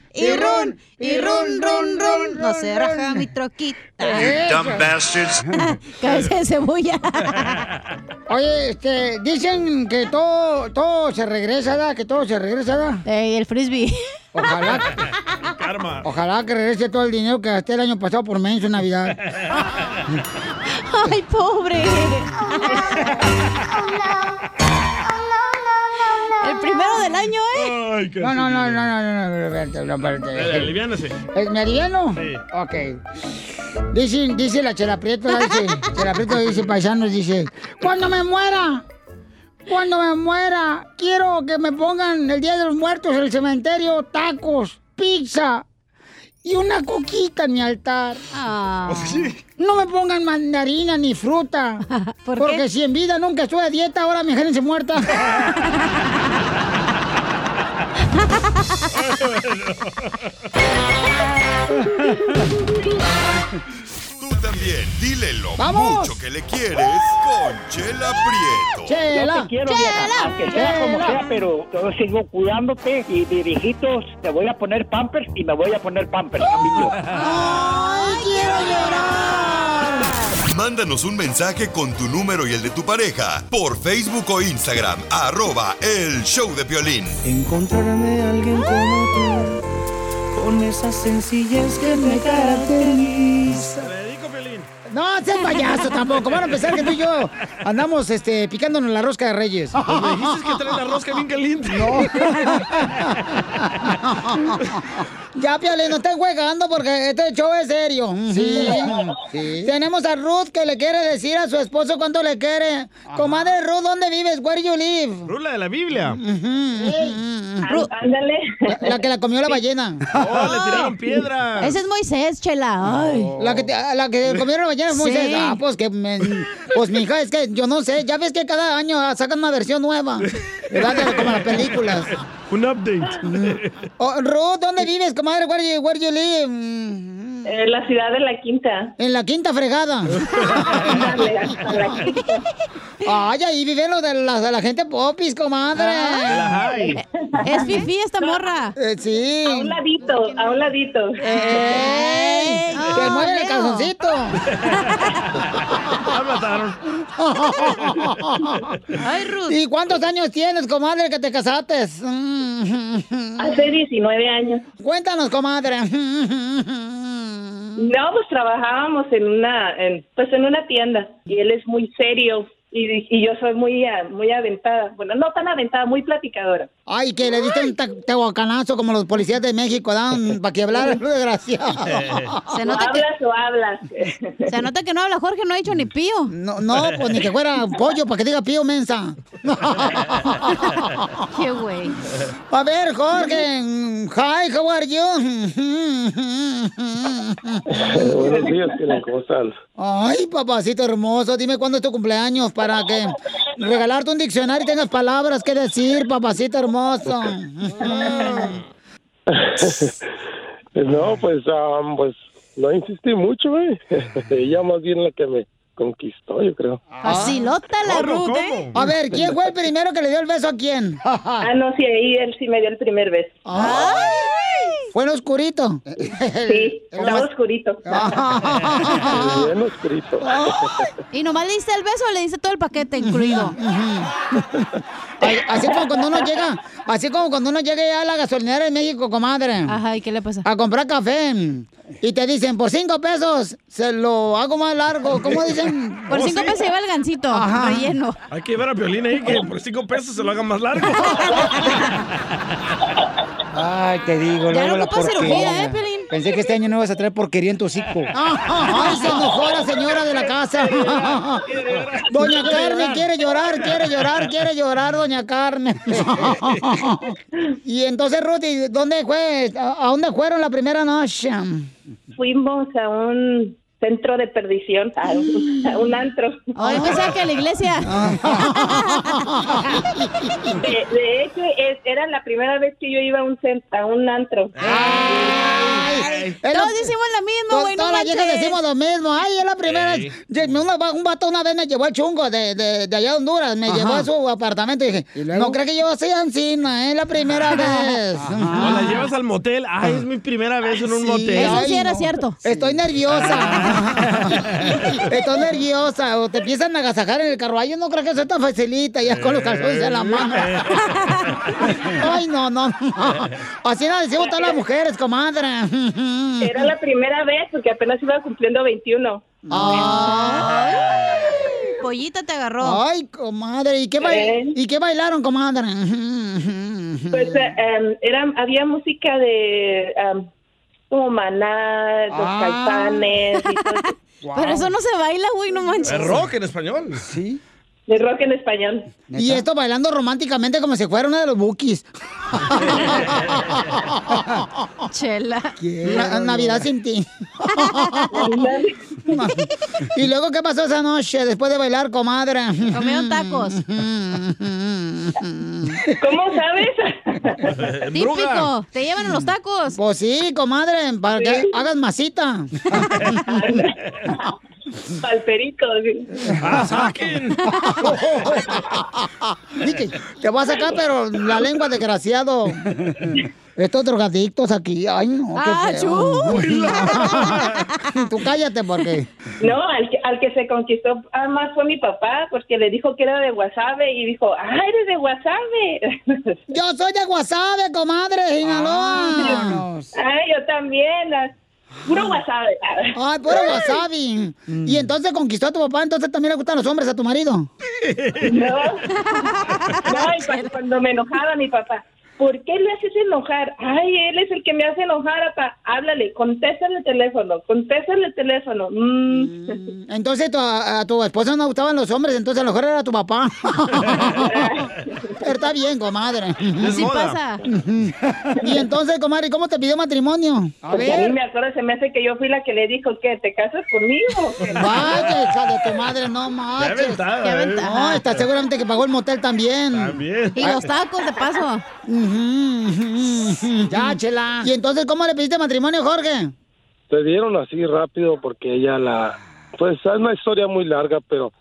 Speaker 3: y run, run, run. No se raja mi troquita.
Speaker 7: bastards.
Speaker 2: Cabeza de cebolla. Oye, este, dicen que todo, todo se regresa, ¿da? Que todo se regresa, ¿da? el frisbee. Ojalá,
Speaker 4: Karma.
Speaker 2: ojalá que regrese todo el dinero que gasté el año pasado por menso en Navidad.
Speaker 3: Ay, pobre. El primero del año, ¿eh?
Speaker 2: No, no, no, no, no, no, no, espérate, no, espérate.
Speaker 4: Aliviánese.
Speaker 2: ¿Es mi aliviano?
Speaker 4: Sí.
Speaker 2: Ok. Dice, dice la Chela Prieto, ¿verdad? dice, Chela Prieto dice, paisanos, dice, cuando me muera, cuando me muera, quiero que me pongan el Día de los Muertos en el cementerio, tacos, pizza y una coquita en mi altar. No me pongan mandarina ni fruta, porque si en vida nunca estuve a dieta, ahora mi gente se muerta.
Speaker 9: Tú también, dile lo
Speaker 7: ¡Vamos!
Speaker 9: mucho que le quieres con Chela Prieto.
Speaker 7: Yo te quiero, vieja, aunque sea como sea, pero yo sigo cuidándote y de viejitos te voy a poner pampers y me voy a poner pampers,
Speaker 3: ¡Oh!
Speaker 7: amigo.
Speaker 2: ¡Ay, quiero llorar!
Speaker 9: Mándanos un mensaje con tu número y el de tu pareja por Facebook o Instagram, arroba el show de violín.
Speaker 7: Encontrarme a alguien como tú, con esa sencillez que me caracteriza.
Speaker 2: No, seas payaso tampoco. Van a pensar que tú y yo andamos este, picándonos la rosca de Reyes.
Speaker 7: Pues me dijiste que traes la rosca bien
Speaker 2: caliente. No. ya, Piolín, no estén juegando porque este show es serio.
Speaker 7: Sí.
Speaker 2: Sí. Tenemos a Ruth que le quiere decir a su esposo cuánto le quiere. Comadre Ruth, ¿dónde vives? Where you live?
Speaker 4: Rula de la Biblia.
Speaker 2: Ruth. Ándale. La, la que la comió la ballena.
Speaker 4: Oh, le tiraron piedra.
Speaker 3: Ese es Moisés, chela. Ay.
Speaker 2: La que, te- a la que comieron mañana es
Speaker 3: Sí.
Speaker 2: Moisés. Ah, pues que me- pues mi hija, es que yo no sé, ya ves que cada año sacan una versión nueva. ¿Verdad? De- Como las películas.
Speaker 4: Un update.
Speaker 2: Oh, Ruth, ¿dónde vives, comadre? Where you, where you live? En la ciudad de La Quinta. En La Quinta fregada. Ay, ahí viven los de la, de la gente popis, comadre.
Speaker 7: Ay.
Speaker 2: Es fifí esta morra. eh, sí. A un ladito, a un ladito. ¡Ey!
Speaker 3: Ah,
Speaker 2: ¡Te mueve el calzoncito! mataron.
Speaker 7: Ay, Ruth.
Speaker 2: ¿Y cuántos años tienes, comadre, que te casaste? Hace 19 años. Cuéntanos, comadre.
Speaker 13: No, pues trabajábamos en una, en, pues en una tienda y él es muy serio y, y yo soy muy, ah, muy aventada. Bueno, no tan aventada, muy platicadora.
Speaker 2: Ay, que le diste un ta- tehuacanazo como los policías de México, dan para que hablar, desgraciado.
Speaker 3: Se nota que-
Speaker 13: hablas o hablas?
Speaker 3: Se nota que no habla Jorge, no ha dicho ni pío.
Speaker 2: No, No, pues ni que fuera pollo para que diga pío mensa.
Speaker 3: Qué güey.
Speaker 2: A ver, Jorge. mm, Hi, how are you?
Speaker 14: Buenos días, Piolín, ¿cómo están?
Speaker 2: Ay, papacito hermoso, dime cuándo es tu cumpleaños para que regalarte un diccionario y tengas palabras que decir, papacito hermoso.
Speaker 14: no, pues, am, pues, no insistí mucho, ¿eh? Ella más bien la que me conquistó, yo creo.
Speaker 2: Ah.
Speaker 3: Facilota la Ruth, ¿eh?
Speaker 2: A ver, ¿quién fue el primero que le dio el beso a quién?
Speaker 13: ah, no, sí, ahí él sí me dio el primer beso.
Speaker 2: Fue en oscurito.
Speaker 13: Sí, estaba oscurito.
Speaker 2: Ah.
Speaker 14: Bien oscurito.
Speaker 3: Y nomás le diste el beso, le diste todo el paquete incluido.
Speaker 2: Ay, Así como cuando uno llega, así como cuando uno llega ya a la gasolinera en México, comadre. Ajá, ¿y qué le pasa? A comprar café. Y te dicen, por cinco pesos, se lo hago más largo. ¿Cómo dicen?
Speaker 3: Por cinco pesos lleva el gancito
Speaker 2: Ajá.
Speaker 3: relleno.
Speaker 4: Hay que ver a Piolín ahí que por cinco pesos se lo hagan más largo.
Speaker 2: Ay, te digo,
Speaker 4: Ya
Speaker 2: luego
Speaker 4: no
Speaker 2: la
Speaker 4: ocupa
Speaker 2: porquería.
Speaker 4: cirugía, ¿eh, Piolín?
Speaker 2: Pensé que este año no ibas a traer porquería en tu hocico. Ay, se enojó la señora de la casa. Doña Carmen quiere llorar, quiere llorar, quiere llorar, doña Carmen. Y entonces, Ruth, ¿y ¿dónde fue? ¿A a dónde fueron la primera noche?
Speaker 13: Fuimos a un centro de perdición, a un, a un antro.
Speaker 3: Ay, pensaba que la iglesia.
Speaker 13: De, de hecho, es- era la primera vez que yo iba a un, cen- a un antro.
Speaker 2: Es
Speaker 3: Todos
Speaker 2: la-
Speaker 3: decimos lo mismo,
Speaker 2: Todas-
Speaker 3: güey, no
Speaker 2: Todas las viejas
Speaker 3: manches.
Speaker 2: decimos lo mismo. Ay, es la primera
Speaker 3: Ey.
Speaker 2: vez. Ye- me- una- un vato una vez me llevó el chungo de, de, de allá de Honduras. Me
Speaker 16: Ajá.
Speaker 2: llevó a su apartamento y dije, no creo que yo sea encina, es la primera vez.
Speaker 4: O la llevas al motel. Ay, es mi primera vez en Ah, un
Speaker 2: Sí,
Speaker 4: motel.
Speaker 2: ay, no. Estoy nerviosa. Estoy nerviosa. O te empiezan a agasajar en el carro. Ay, yo no creo que sea tan facilita. Ya con los calzones en
Speaker 7: Eh.
Speaker 2: la mano. Ay, no, no, no. Así no decimos todas las mujeres, comadre.
Speaker 13: Era la primera vez porque apenas iba cumpliendo 21.
Speaker 2: Ah.
Speaker 3: Pollita te agarró.
Speaker 2: Ay, comadre. ¿Y qué, bail-
Speaker 13: ¿Eh?
Speaker 2: ¿y qué bailaron, comadre?
Speaker 13: Pues eh, em, era, había música de em, como Maná, los
Speaker 3: Ah.
Speaker 13: caipanes. y todo eso.
Speaker 3: Pero eso no se baila, güey, no manches.
Speaker 4: Es rock en español. Sí.
Speaker 13: De rock en español.
Speaker 2: Y esto bailando románticamente como si fuera una de los bookies.
Speaker 3: Chela.
Speaker 2: Na- Navidad sin ti. ¿Y luego qué pasó esa noche después de bailar, comadre?
Speaker 3: Comieron tacos.
Speaker 13: ¿Cómo sabes?
Speaker 3: Típico, te llevan a los tacos.
Speaker 2: Pues sí, comadre, para que hagas masita.
Speaker 13: Palperico.
Speaker 2: ¡Ah, saquen! te voy a sacar, pero la lengua, desgraciado. Estos drogadictos aquí, ay no, qué
Speaker 13: Ah,
Speaker 2: feo. Tú cállate porque...
Speaker 13: No, al que, al que se conquistó ah, más fue mi papá, porque le dijo que era de Guasave y dijo, ah, eres de Guasave.
Speaker 2: Yo soy de Guasave, comadre, Sinaloa.
Speaker 13: Ah, yo también. ah, Puro Guasave.
Speaker 2: Ay, Mm. puro wasabi. Y entonces conquistó a tu papá, entonces también le gustan los hombres a tu marido.
Speaker 13: No, no y cu- cuando me enojaba mi papá, ¿por qué le haces enojar? Ay, él es el que me hace enojar, papá. Háblale, contéstale el teléfono, contéstale el teléfono. Mm.
Speaker 2: Entonces tu- a, a tu esposa no le gustaban los hombres, entonces a lo mejor era tu papá. Pero está bien, comadre.
Speaker 13: Es Sí moda. pasa.
Speaker 2: Y entonces, comadre, ¿cómo te pidió matrimonio?
Speaker 13: Porque a mí me acuerdo, se me hace que yo fui la que le dijo que te casas conmigo.
Speaker 2: Vaya, hija de tu madre, no marches.
Speaker 13: Qué aventada, Qué eh. aventada.
Speaker 2: No, está seguramente que pagó el motel también.
Speaker 4: También.
Speaker 3: Y los tacos, de paso.
Speaker 2: Ya, chela. Y entonces, ¿cómo le pediste matrimonio, Jorge?
Speaker 14: Te dieron así rápido porque ella la... Pues es una historia muy larga, pero...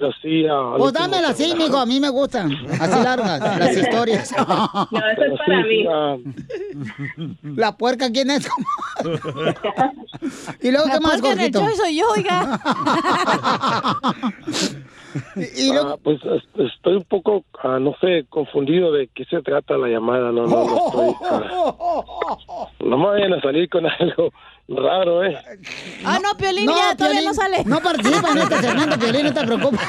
Speaker 14: Pero sí... ah, al
Speaker 2: Pues
Speaker 14: último
Speaker 2: dámela
Speaker 14: se
Speaker 2: así,
Speaker 14: la-
Speaker 2: mijo, a mí me gustan. Así largas, las historias.
Speaker 13: No, eso es para
Speaker 14: Sí, sí,
Speaker 13: mí.
Speaker 14: ah,
Speaker 2: La puerca, ¿quién es? ¿Y luego
Speaker 3: La
Speaker 2: qué más,
Speaker 3: puerca en el
Speaker 2: Jorgito?
Speaker 3: show soy yo, oiga.
Speaker 14: ah, pues es- estoy un poco, ah, no sé, confundido de qué se trata la llamada. No, no, no estoy... ah, no me vayan a salir con algo raro, ¿eh?
Speaker 3: Ah, no, Piolín, ya todavía no sale.
Speaker 2: No participa en este segmento, Piolín, no te preocupes.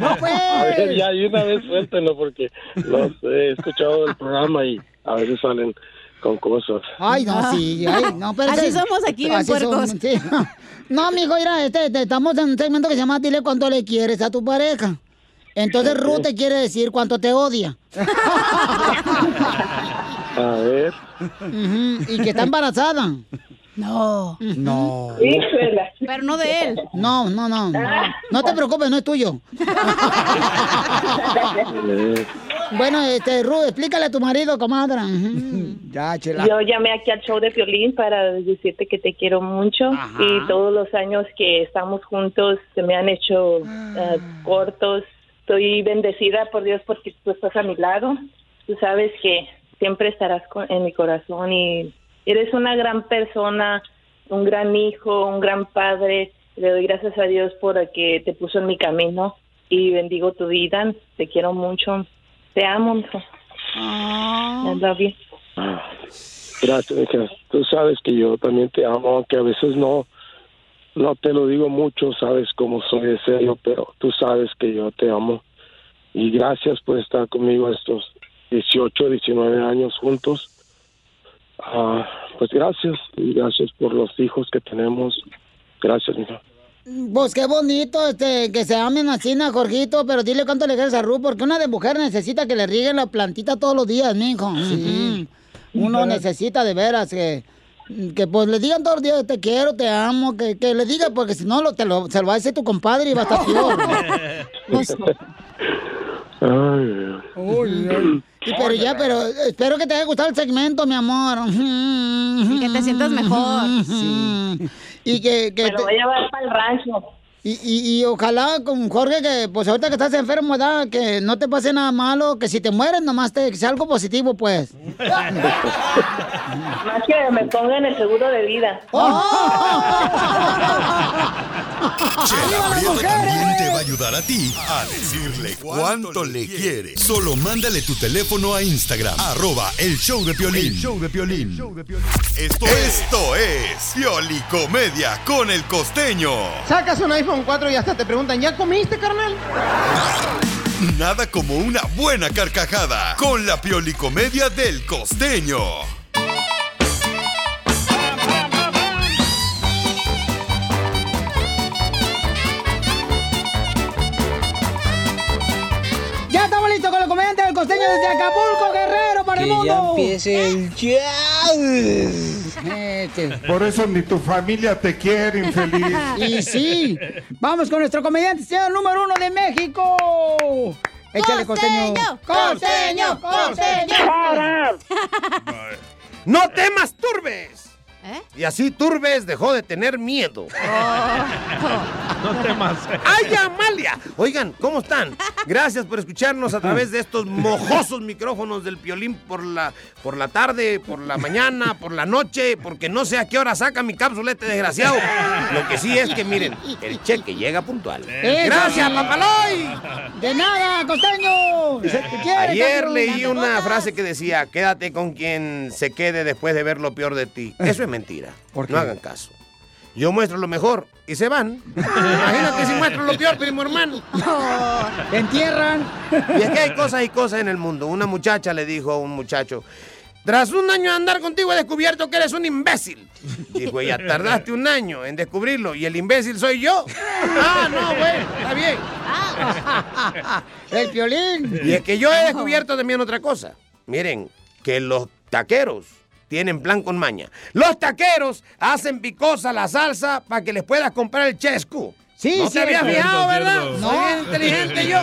Speaker 2: No,
Speaker 14: A ver,
Speaker 2: pues.
Speaker 14: ya, y una vez suéltenlo porque no sé, he escuchado el programa y a veces salen con cosas. Ah.
Speaker 2: Ay, no, sí, ay, no, pero...
Speaker 3: Así
Speaker 2: ese-
Speaker 3: somos aquí, bien
Speaker 2: así somos,
Speaker 3: puercos.
Speaker 2: sí. No, amigo, mira, este, este, estamos en un segmento que se llama Dile cuánto le quieres a tu pareja. Entonces Ruth te quiere decir cuánto te odia.
Speaker 14: A ver.
Speaker 2: Ujú, Y que está embarazada. No. No.
Speaker 13: Híjole.
Speaker 3: Pero no de él.
Speaker 2: No, no, no. No te preocupes, no es tuyo. Bueno, este, Ruth, explícale a tu marido, comadre. Ya, chela.
Speaker 13: Yo llamé aquí al show de Piolín para decirte que te quiero mucho y todos los años que estamos juntos se me han hecho
Speaker 2: Ah.
Speaker 13: eh, cortos. Estoy bendecida por Dios porque tú estás a mi lado. Tú sabes que siempre estarás con- en mi corazón y eres una gran persona, un gran hijo, un gran padre. Le doy gracias a Dios por que te puso en mi camino y bendigo tu vida. Te quiero mucho. Te amo. mucho.
Speaker 2: Ah.
Speaker 13: I love you.
Speaker 14: Gracias, hija. Tú sabes que yo también te amo, aunque a veces no, no te lo digo mucho, sabes cómo soy de serio, pero tú sabes que yo te amo. Y gracias por estar conmigo estos 18, 19 años juntos. Ah, pues gracias, y gracias por los hijos que tenemos. Gracias, mija.
Speaker 2: Pues qué bonito este, que se amen así, ¿no, Jorgito, pero dile cuánto le quieres a Ruth, porque una de mujer necesita que le rieguen la plantita todos los días, mijo. Ujú. Uno necesita de veras que, Que pues le digan todos los días, te quiero, te amo, que, que le diga, porque si no, lo, te lo, se lo va a decir tu compadre y va a estar peor. Pues,
Speaker 20: Ay,
Speaker 2: uy, uy. Y pero ya, pero espero que te haya gustado el segmento, mi amor. Que te sientas mejor. Y que... que
Speaker 11: Me lo voy a llevar para el rancho.
Speaker 2: Y, y, y ojalá con Jorge que, pues ahorita que estás enfermo, ¿verdad? que no te pase nada malo, que si te mueres nomás te, que sea algo positivo, pues.
Speaker 11: Más que me pongan el seguro de vida.
Speaker 2: Oh, Ah.
Speaker 9: Chela Prieto también te va a ayudar a ti a decirle cuánto le quiere. Solo mándale tu teléfono a Instagram, arroba el show de Piolín. El show de Piolín. Esto, Esto es Piolicomedia con el costeño.
Speaker 7: Sacas un iPhone 4 y hasta te preguntan, ¿ya comiste, carnal?
Speaker 9: Nada como una buena carcajada con la Piolicomedia del costeño.
Speaker 2: Ya estamos listos con los comediantes del costeño desde Acapulco, Guerrero, para el
Speaker 14: Que
Speaker 2: mundo.
Speaker 14: ya empiece
Speaker 2: el Eh,
Speaker 25: Por eso ni tu familia te quiere, infeliz.
Speaker 2: Y sí, vamos con nuestro comediante, señor número uno de México. Échale, costeño.
Speaker 14: ¡Costeño! ¡Costeño! ¡No te masturbes! Y así Turbes dejó de tener miedo.
Speaker 26: No temas.
Speaker 14: ¡Ay, Amalia! Oigan, ¿cómo están? Gracias por escucharnos a través de estos mojosos micrófonos del piolín por la, por la tarde, por la mañana, por la noche, porque no sé a qué hora saca mi cápsula este desgraciado. Lo que sí es que, miren, el cheque llega puntual.
Speaker 2: Eso
Speaker 14: ¡Gracias,
Speaker 2: sí.
Speaker 14: papaloy!
Speaker 2: De nada, costeño. Se te quiere,
Speaker 14: Ayer
Speaker 2: campeón.
Speaker 14: leí una frase que decía, quédate con quien se quede después de ver lo peor de ti. Eso es mentira. No hagan caso. Yo muestro lo mejor y se van. Imagínate si muestro lo peor, primo hermano.
Speaker 2: Te entierran.
Speaker 14: Y es que hay cosas y cosas en el mundo. Una muchacha le dijo a un muchacho, tras un año de andar contigo he descubierto que eres un imbécil. Dijo ella, tardaste un año en descubrirlo y el imbécil soy yo. Ah, no, bueno, está bien.
Speaker 2: El violín.
Speaker 14: Y es que yo he descubierto también otra cosa. Miren, que los taqueros tienen plan con maña. Los taqueros hacen picosa la salsa para que les puedas comprar el chesco.
Speaker 2: Sí,
Speaker 14: no te
Speaker 2: cierto.
Speaker 14: habías fijado, ¿verdad?
Speaker 2: No.
Speaker 14: Soy bien inteligente yo.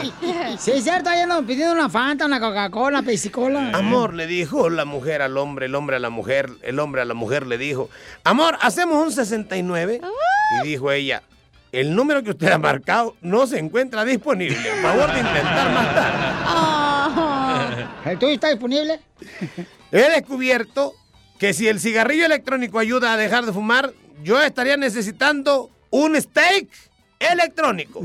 Speaker 2: Sí, es cierto, ayer nos pidieron una Fanta, una Coca-Cola, Pepsi-Cola.
Speaker 14: Amor, le dijo la mujer al hombre, el hombre a la mujer, el hombre a la mujer le dijo, amor, hacemos un 69. Y dijo ella, el número que usted ha marcado no se encuentra disponible. Por favor de intentar más
Speaker 7: Ah.
Speaker 14: tarde.
Speaker 2: ¿El tuyo está disponible?
Speaker 14: He descubierto que si el cigarrillo electrónico ayuda a dejar de fumar, yo estaría necesitando un steak electrónico.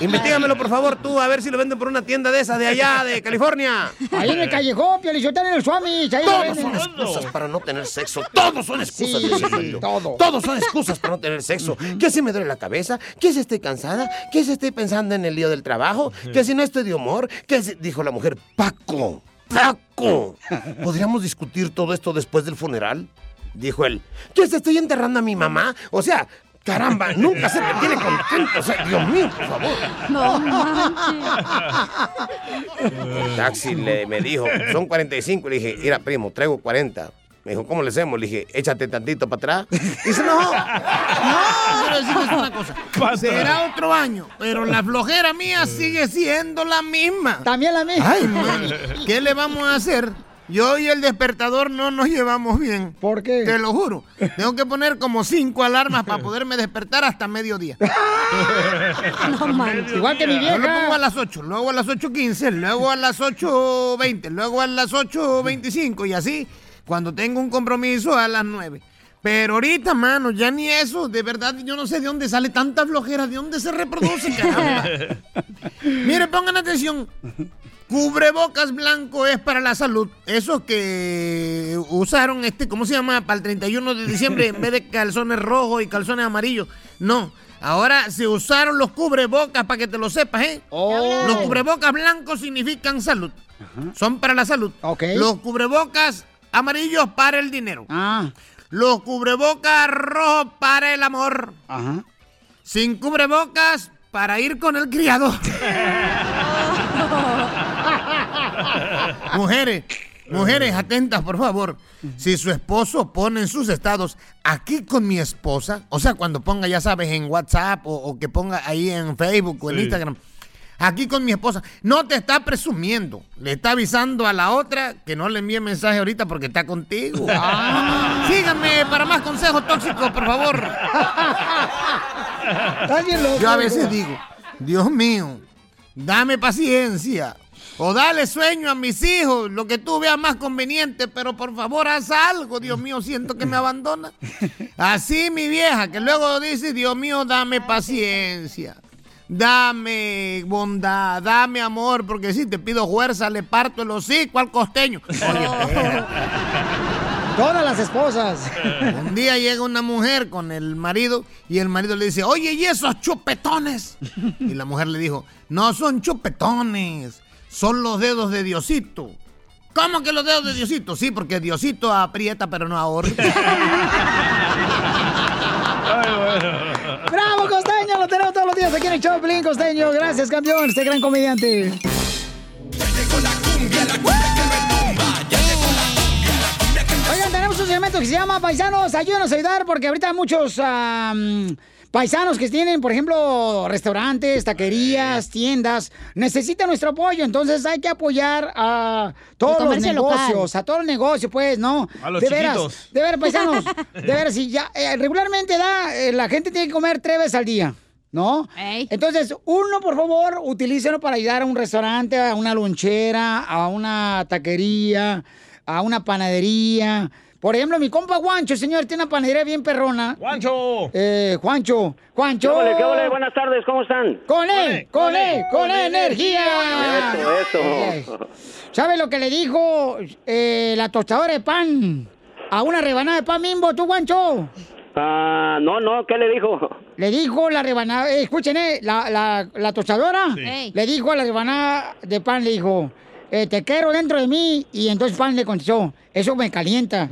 Speaker 14: Investígamelo, por favor, tú, a ver si lo venden por una tienda de esas de allá, de California.
Speaker 2: Ahí en el callejón, Piolichotán en el Swami. Ahí lo
Speaker 14: Todos son
Speaker 2: venden.
Speaker 14: excusas para no tener sexo. Todos son excusas.
Speaker 2: Sí,
Speaker 14: Dios mío.
Speaker 2: todo.
Speaker 14: Todos son excusas para no tener sexo. Que si me duele la cabeza, que si estoy cansada, que si estoy pensando en el lío del trabajo, que si no estoy de humor, que si... Dijo la mujer, Paco, Paco, ¿podríamos discutir todo esto después del funeral? Dijo él, que si estoy enterrando a mi mamá. O sea, caramba, nunca se te tiene contento. O sea, Dios mío, por favor.
Speaker 2: No manches.
Speaker 14: El taxi le, me dijo, son 45. Le dije, mira, primo, traigo 40. Me dijo, ¿cómo le hacemos? Le dije, échate tantito para atrás. Y se enojó. No, pero decirles una cosa. Será otro año, pero la flojera mía sigue siendo la misma.
Speaker 2: También la misma.
Speaker 14: Ay, man,
Speaker 7: ¿Qué le vamos a hacer? Yo y el despertador no nos llevamos bien.
Speaker 2: ¿Por qué?
Speaker 7: Te lo juro. Tengo que poner como cinco alarmas para poderme despertar hasta mediodía.
Speaker 2: No manches. Igual que mi
Speaker 7: Yo lo
Speaker 2: vieja.
Speaker 7: pongo a las 8, luego a las 8.15, luego a las 8.20, luego a las 8.25 y así cuando tengo un compromiso a las 9. Pero ahorita, mano, ya ni eso. De verdad, yo no sé de dónde sale tanta flojera, de dónde se reproduce, caramba. Mire, pongan atención. Cubrebocas blanco es para la salud. Esos que usaron este, ¿cómo se llama? Para el 31 de diciembre en vez de calzones rojos y calzones amarillos. No. Ahora se usaron los cubrebocas para que te lo sepas, ¿eh? Los cubrebocas blancos significan salud. Son para la salud. Los cubrebocas amarillos para el dinero. Los cubrebocas rojos para el amor. Sin cubrebocas para ir con el criado. Mujeres,
Speaker 14: Mujeres, atentas, por favor. Si su esposo pone en sus estados, aquí con mi esposa, o sea, cuando ponga, ya sabes, en WhatsApp o, o que ponga ahí en Facebook o en
Speaker 27: Sí.
Speaker 14: Instagram, aquí con mi esposa, no te está presumiendo, le está avisando a la otra que no le envíe mensaje ahorita porque está contigo. Ah, síganme para más consejos tóxicos, por favor. Yo a veces digo, Dios mío, dame paciencia. O dale sueño a mis hijos, lo que tú veas más conveniente, pero por favor haz algo, Dios mío, siento que me abandona. Así mi vieja, que luego dice, Dios mío, dame paciencia, dame bondad, dame amor, porque si te pido fuerza, le parto el hocico al costeño.
Speaker 2: Todas las esposas.
Speaker 14: Un día llega una mujer con el marido y el marido le dice, oye, ¿y esos chupetones? Y la mujer le dijo, no son chupetones, son los dedos de Diosito. ¿Cómo que los dedos de Diosito? Sí, porque Diosito aprieta pero no ahorra.
Speaker 2: ¡Bravo, Costeño! Lo tenemos todos los días aquí en el show, Pelín Costeño. Gracias, campeón, este gran comediante. Oigan, tenemos un segmento que se llama Paisanos, ayúdanos a ayudar, porque ahorita muchos am, paisanos que tienen, por ejemplo, restaurantes, taquerías, tiendas, necesitan nuestro apoyo. Entonces hay que apoyar a todos
Speaker 27: El
Speaker 2: los
Speaker 27: comercio local.
Speaker 2: negocios, a todos los negocios, pues, ¿no?
Speaker 27: A los
Speaker 2: de veras,
Speaker 27: chiquitos.
Speaker 2: de veras, paisanos, de veras, si ya, eh, regularmente da, eh, la gente tiene que comer tres veces al día. ¿No? Entonces, uno, por favor, utilícenlo para ayudar a un restaurante, a una lonchera, a una taquería, a una panadería. Por ejemplo, mi compa Juancho, señor, tiene una panadería bien perrona. ¡Juancho! Eh, Juancho, Juancho.
Speaker 27: ¿Qué ole, qué ole?
Speaker 2: Buenas tardes, ¿cómo están? ¡Con él, con él, con él, energía!
Speaker 27: Eso, eso.
Speaker 2: ¿Sabe lo que le dijo eh, la tostadora de pan a una rebanada de pan bimbo, tú, Juancho?
Speaker 27: Ah, no, no, ¿qué le dijo?
Speaker 2: Le dijo la rebanada, eh, escuchen, eh, la, la, la tostadora
Speaker 27: Sí. Ey.
Speaker 2: le dijo a la rebanada de pan, le dijo, eh, te quiero dentro de mí. Y entonces pan le contestó, eso me calienta.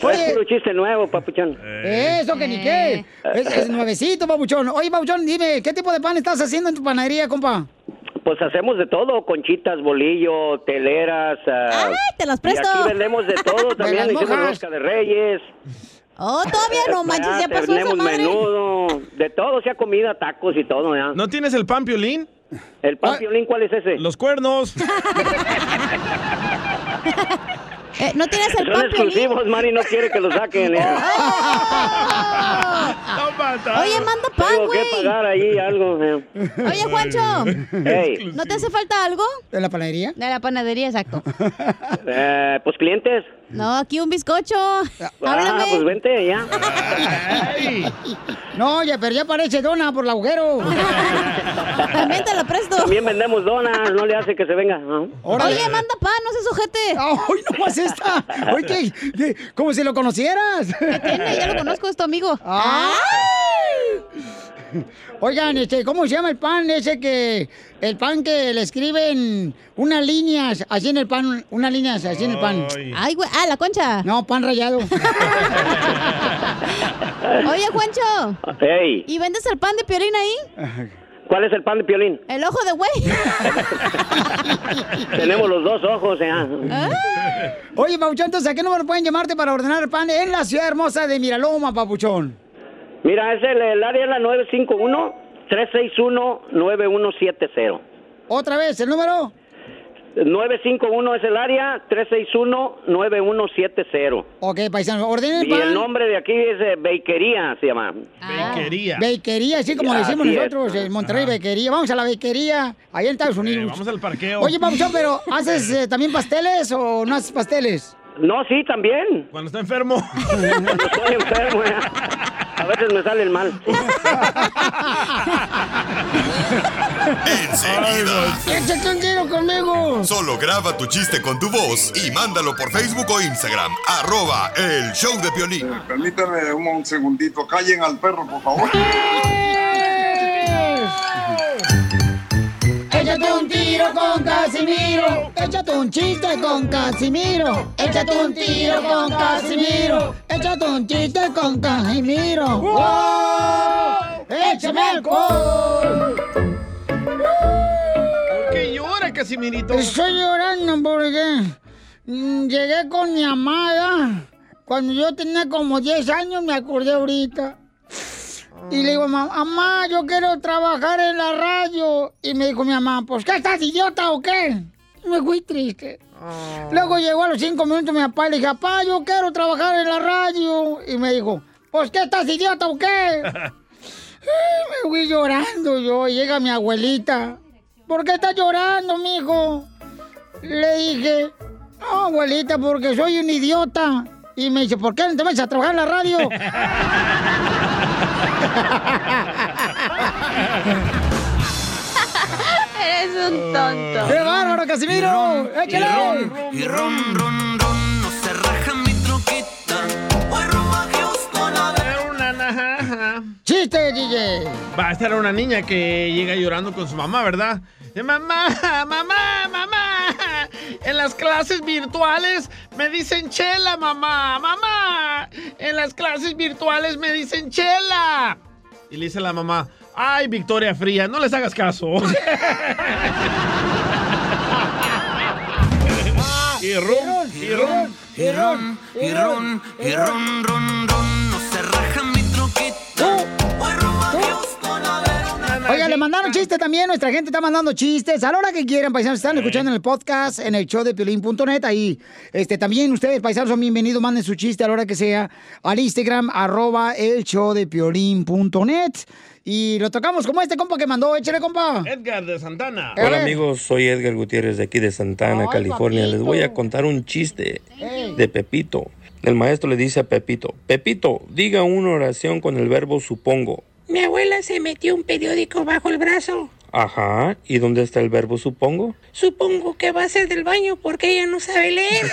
Speaker 27: Fue un chiste nuevo, papuchón.
Speaker 7: Eh.
Speaker 2: Eso que ni
Speaker 3: Eh.
Speaker 2: qué. Es, es nuevecito, babuchón. Oye, babuchón, dime, ¿qué tipo de pan estás haciendo en tu panadería, compa?
Speaker 27: Pues hacemos de todo, conchitas, bolillo, teleras. ¡Ay,
Speaker 3: te las
Speaker 27: Y
Speaker 3: presto!
Speaker 27: aquí vendemos de todo,
Speaker 3: las
Speaker 27: también hicimos
Speaker 3: mojas.
Speaker 27: rosca de reyes.
Speaker 3: Oh, todavía no manches, ya pasó esa
Speaker 27: Tenemos
Speaker 3: madre.
Speaker 27: menudo, de todo, sea comida, tacos y todo, ¿ya?
Speaker 4: ¿No tienes el pan piolín? Ah.
Speaker 27: ¿El pan piolín cuál es ese?
Speaker 4: Los cuernos.
Speaker 3: Eh, no tienes el
Speaker 27: Son
Speaker 3: pan, Piolín?
Speaker 27: exclusivos, Mari, no quiere que lo saquen. ¿eh?
Speaker 3: Oye, manda Oh, pan,
Speaker 27: Tengo que
Speaker 3: güey.
Speaker 27: pagar ahí algo. ¿eh?
Speaker 3: Oye, Juancho.
Speaker 27: Ey.
Speaker 3: ¿No te hace falta algo?
Speaker 2: ¿De la panadería?
Speaker 3: De la panadería, exacto.
Speaker 27: Eh, pues clientes.
Speaker 3: No, aquí un bizcocho.
Speaker 27: Ah,
Speaker 3: Háblame.
Speaker 27: pues vente ya.
Speaker 2: No, ya, pero ya parece dona por el agujero.
Speaker 3: También te la presto.
Speaker 27: También vendemos donas, no le hace que se venga. ¿no?
Speaker 3: Oye, manda pan, no seas ojete.
Speaker 2: ¡Ay, no más esta! Oye, ¿qué- qué? como si lo conocieras. Ah.
Speaker 3: Tiene, ya lo conozco, es tu amigo.
Speaker 2: Oigan, este, ¿cómo se llama el pan ese que... El pan que le escriben unas líneas así en el pan, unas líneas así en el pan.
Speaker 3: Ay, güey, ah, la concha.
Speaker 2: No, pan rayado.
Speaker 3: Oye, Juancho.
Speaker 27: Ey,
Speaker 3: ¿Y vendes el pan de Piolín ahí?
Speaker 27: ¿cuál es el pan de piolín?
Speaker 3: El ojo de güey.
Speaker 27: Tenemos los dos ojos, ¿eh?
Speaker 2: Oye, Papuchón, entonces, ¿a qué número pueden llamarte para ordenar pan en la ciudad hermosa de Miraloma, Papuchón?
Speaker 27: Mira, es el, el área es la 951-361-9170.
Speaker 2: Otra vez, ¿el número?
Speaker 27: 951 es el área, 361-9170.
Speaker 2: Ok, paisano, ordenen el
Speaker 27: Y
Speaker 2: pan.
Speaker 27: el nombre de aquí es eh, Bakería, se llama.
Speaker 2: Ah.
Speaker 4: Bakería.
Speaker 2: Bequería, así como
Speaker 27: Así
Speaker 2: decimos
Speaker 27: es.
Speaker 2: nosotros en Monterrey, bequería. Vamos a la bequería, allá en Estados Unidos.
Speaker 4: Vamos al parqueo.
Speaker 2: Oye, Papuchón, pero ¿haces eh, también pasteles o no haces pasteles?
Speaker 27: No, sí, también.
Speaker 4: Cuando está enfermo.
Speaker 27: Estoy enfermo, ¿eh? A veces me sale el mal.
Speaker 9: Enseguida.
Speaker 2: ¡Échate un tiro conmigo!
Speaker 9: Solo graba tu chiste con tu voz y mándalo por Facebook o Instagram. Arroba el show de Piolín.
Speaker 28: Eh, Permítame un segundito. Callen al perro, por favor.
Speaker 2: Échate un tiro con Casimiro. Échate un chiste con Casimiro. Échate un tiro con Casimiro. Échate un chiste con Casimiro. ¡Wow! ¡Échame alcohol!
Speaker 4: ¿Por Casimirito?
Speaker 2: Estoy llorando porque mm, llegué con mi amada. Cuando yo tenía como 10 años me acordé ahorita. Y le digo, "Ma- mamá, yo quiero trabajar en la radio. Y me dijo mi mamá, pues ¿qué estás idiota o qué? Y me fui triste. Luego llegó a los cinco minutos mi papá y le dije, papá, yo quiero trabajar en la radio. Y me dijo, pues ¿qué estás idiota o qué? Ay, Me fui llorando yo. y Llega mi abuelita. ¿Por qué estás llorando, mijo? Le dije, no, abuelita, porque soy un idiota. Y me dice, ¿por qué no te vas a trabajar en la radio?
Speaker 21: Eres un tonto.
Speaker 2: ¡Qué bárbaro, Casimiro! ¡Échale!
Speaker 21: Y ron, ron, ron, no se raja mi troquita. Voy rumbo a Houston a ver una naja.
Speaker 2: ¡Chiste, DJ!
Speaker 4: Va, esta era una niña que llega llorando con su mamá, ¿verdad? Eh, Mamá, mamá, mamá. En las clases virtuales me dicen chela, mamá, mamá. En las clases virtuales me dicen chela. Y le dice la mamá, ay, Victoria Fría, no les hagas caso. y rum, y rum, y rum, y rum, y rum,
Speaker 2: Oiga, le mandaron chiste también. Nuestra gente está mandando chistes. A la hora que quieran, paisanos, están escuchando en el podcast, en el show de piolín.net. Ahí este, también ustedes, paisanos, son bienvenidos. Manden su chiste a la hora que sea al Instagram, arroba el show de piolín.net. Y lo tocamos como este compa que mandó. Échale, compa.
Speaker 4: Edgar de Santana.
Speaker 29: Hola amigos, soy Edgar Gutiérrez de aquí de Santana,
Speaker 2: Eh. Ay,
Speaker 29: California. Les
Speaker 2: papito.
Speaker 29: voy a contar un chiste de Pepito. El maestro le dice a Pepito, Pepito, diga una oración con el verbo supongo.
Speaker 1: Mi abuela se metió un periódico bajo el brazo.
Speaker 29: Ajá, ¿y dónde está el verbo supongo?
Speaker 1: Supongo que va a ser del baño porque ella no sabe leer.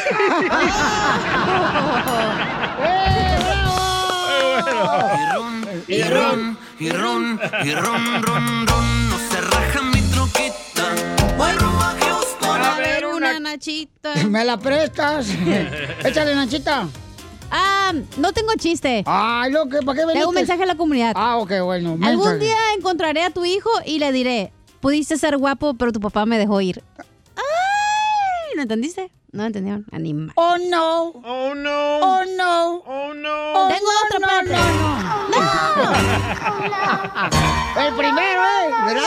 Speaker 21: Y ron, y ron, y ron, ron, ron, no se raja mi troquita. Voy rumbo a Houston a ver una
Speaker 3: Una nachita.
Speaker 2: ¿Me la prestas? Échale, Nachita.
Speaker 3: Ah, no tengo chiste.
Speaker 2: Ay, lo que, ¿para qué
Speaker 3: Le hago
Speaker 2: viniste?
Speaker 3: un mensaje a la comunidad.
Speaker 2: Ah, ok, bueno.
Speaker 3: Algún
Speaker 2: mensaje.
Speaker 3: día encontraré a tu hijo y le diré, pudiste ser guapo, pero tu papá me dejó ir. Ay, ¿no entendiste? No entendieron. Anima.
Speaker 2: Oh, no.
Speaker 4: Oh, no.
Speaker 2: Oh, no.
Speaker 4: Oh, no.
Speaker 3: Tengo otra parte.
Speaker 2: El primero,
Speaker 4: Oh,
Speaker 2: ¿eh? Del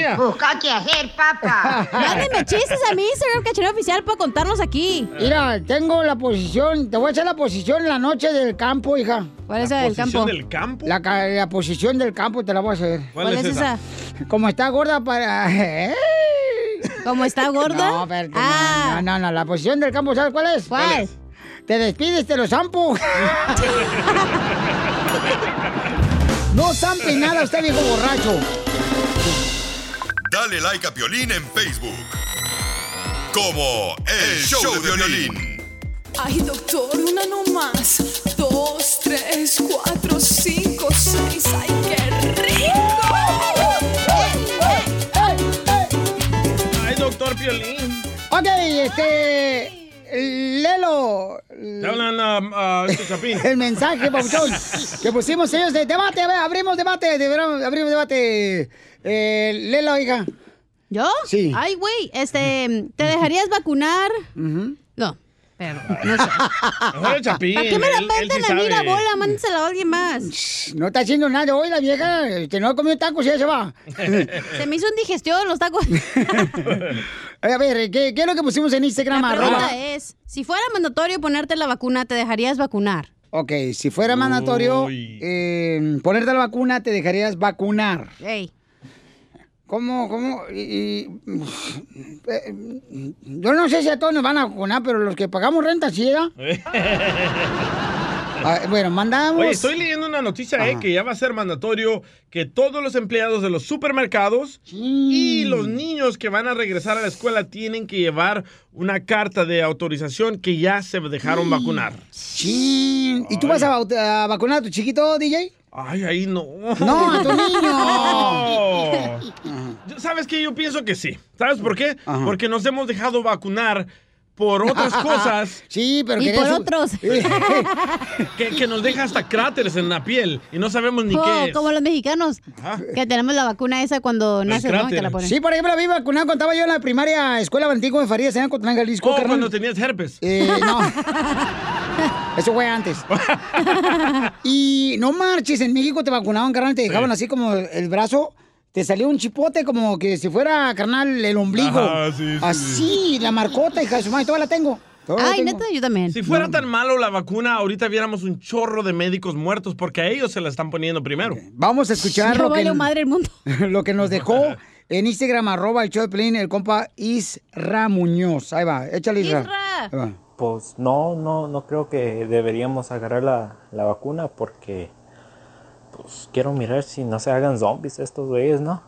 Speaker 2: año.
Speaker 3: Busca que hacer, papá. Mándenme chistes a mi Instagram, cachorro oficial, para contarlos aquí.
Speaker 2: Mira, tengo la posición, te voy a echar la posición en la noche del campo, hija.
Speaker 3: ¿Cuál es la del
Speaker 4: posición campo? del campo?
Speaker 2: La, ca- la posición del campo te la voy a hacer.
Speaker 4: ¿Cuál ¿Cuál es es esa?
Speaker 2: Como está gorda para...
Speaker 3: ¿Cómo está gorda? Ah.
Speaker 2: No, espérate, no, no, no, no, la posición del campo, ¿sabes cuál es? ¿Cuál? Te despides, te lo zampo. no zampe nada, usted viejo borracho.
Speaker 9: Dale like a Piolín en Facebook. Como El Show, de Violín.
Speaker 5: Ay, doctor, una no más. Dos, tres, cuatro, cinco, seis. Ay, qué rico.
Speaker 4: Ay, doctor Piolín.
Speaker 2: Ok, este... Lelo,
Speaker 4: Te hablan a Chapín.
Speaker 2: el mensaje, Pabuchón, que pusimos ellos de debate, a ver, abrimos debate, de verano, abrimos debate. Eh, Lelo, oiga.
Speaker 3: ¿Yo?
Speaker 2: Sí.
Speaker 3: Ay, güey, este, ¿te dejarías vacunar? No, pero no sé.
Speaker 4: Mejor el Chapín.
Speaker 3: ¿Para qué me la
Speaker 4: él- él sí
Speaker 3: meten a mí la
Speaker 4: sabe.
Speaker 3: bola? Mándensela a alguien más.
Speaker 2: No está haciendo nada hoy la vieja, este, no ha comido tacos y ya se va.
Speaker 3: Se me hizo indigestión los tacos.
Speaker 2: a ver, ¿qué, qué es lo que pusimos en Instagram?
Speaker 3: La
Speaker 2: Arroba.
Speaker 3: pregunta es, si fuera mandatorio ponerte la vacuna, ¿te dejarías vacunar?
Speaker 2: Ok, si fuera mandatorio, eh, ponerte la vacuna, te dejarías vacunar.
Speaker 3: Ey.
Speaker 2: ¿Cómo, cómo? Y- y- eh, yo no sé si a todos nos van a vacunar, pero los que pagamos renta, sí, ¿verdad? Ah, bueno, mandamos...
Speaker 4: Eh. Oye, estoy leyendo una noticia eh, que ya va a ser mandatorio que todos los empleados de los supermercados y los niños que van a regresar a la escuela tienen que llevar una carta de autorización que ya se dejaron vacunar.
Speaker 2: Chin. ¿Y tú vas a, vaut- a vacunar a tu chiquito, DJ?
Speaker 4: Ay, ahí no.
Speaker 2: No, a tu niño.
Speaker 4: No. Yo- ¿Sabes qué? Yo pienso que sí. ¿Sabes por qué? Porque nos hemos dejado vacunar por otras cosas.
Speaker 2: Sí, pero
Speaker 3: Y por otros.
Speaker 4: que, que nos deja hasta cráteres en la piel y no sabemos ni
Speaker 3: Co-
Speaker 4: qué es.
Speaker 3: como los mexicanos,
Speaker 4: Ajá.
Speaker 3: que tenemos la vacuna esa cuando
Speaker 4: El
Speaker 3: naces, ¿no? Y te la
Speaker 4: cráter.
Speaker 3: ponen.
Speaker 2: Sí, por ejemplo, la vi vacunada cuando estaba yo en la primaria Escuela Bantico de Farías, allá en Cotlán, Jalisco.
Speaker 4: Oh,
Speaker 2: carnal.
Speaker 4: cuando tenías herpes.
Speaker 2: Eh, no. Eso fue antes. y no marches, en México te vacunaban, carnal, te dejaban así como el brazo, te salía un chipote como que si fuera, carnal, el ombligo.
Speaker 4: Ajá, sí, sí,
Speaker 2: así, la marcota, hija de su madre, todavía la tengo. todavía la tengo.
Speaker 3: yo también.
Speaker 4: Si fuera tan malo la vacuna, ahorita viéramos un chorro de médicos muertos porque a ellos se la están poniendo primero.
Speaker 2: Vamos a escuchar
Speaker 4: Ya
Speaker 2: lo, que,
Speaker 4: valió madre
Speaker 3: el mundo.
Speaker 2: lo que nos dejó en Instagram, arroba el show de Piolín, el compa Isra Muñoz. Ahí va, échale Isra.
Speaker 3: Isra.
Speaker 2: Ahí va.
Speaker 6: Pues no, no, no creo que deberíamos agarrar la, la vacuna porque pues quiero mirar si no se hagan zombies estos güeyes, ¿no?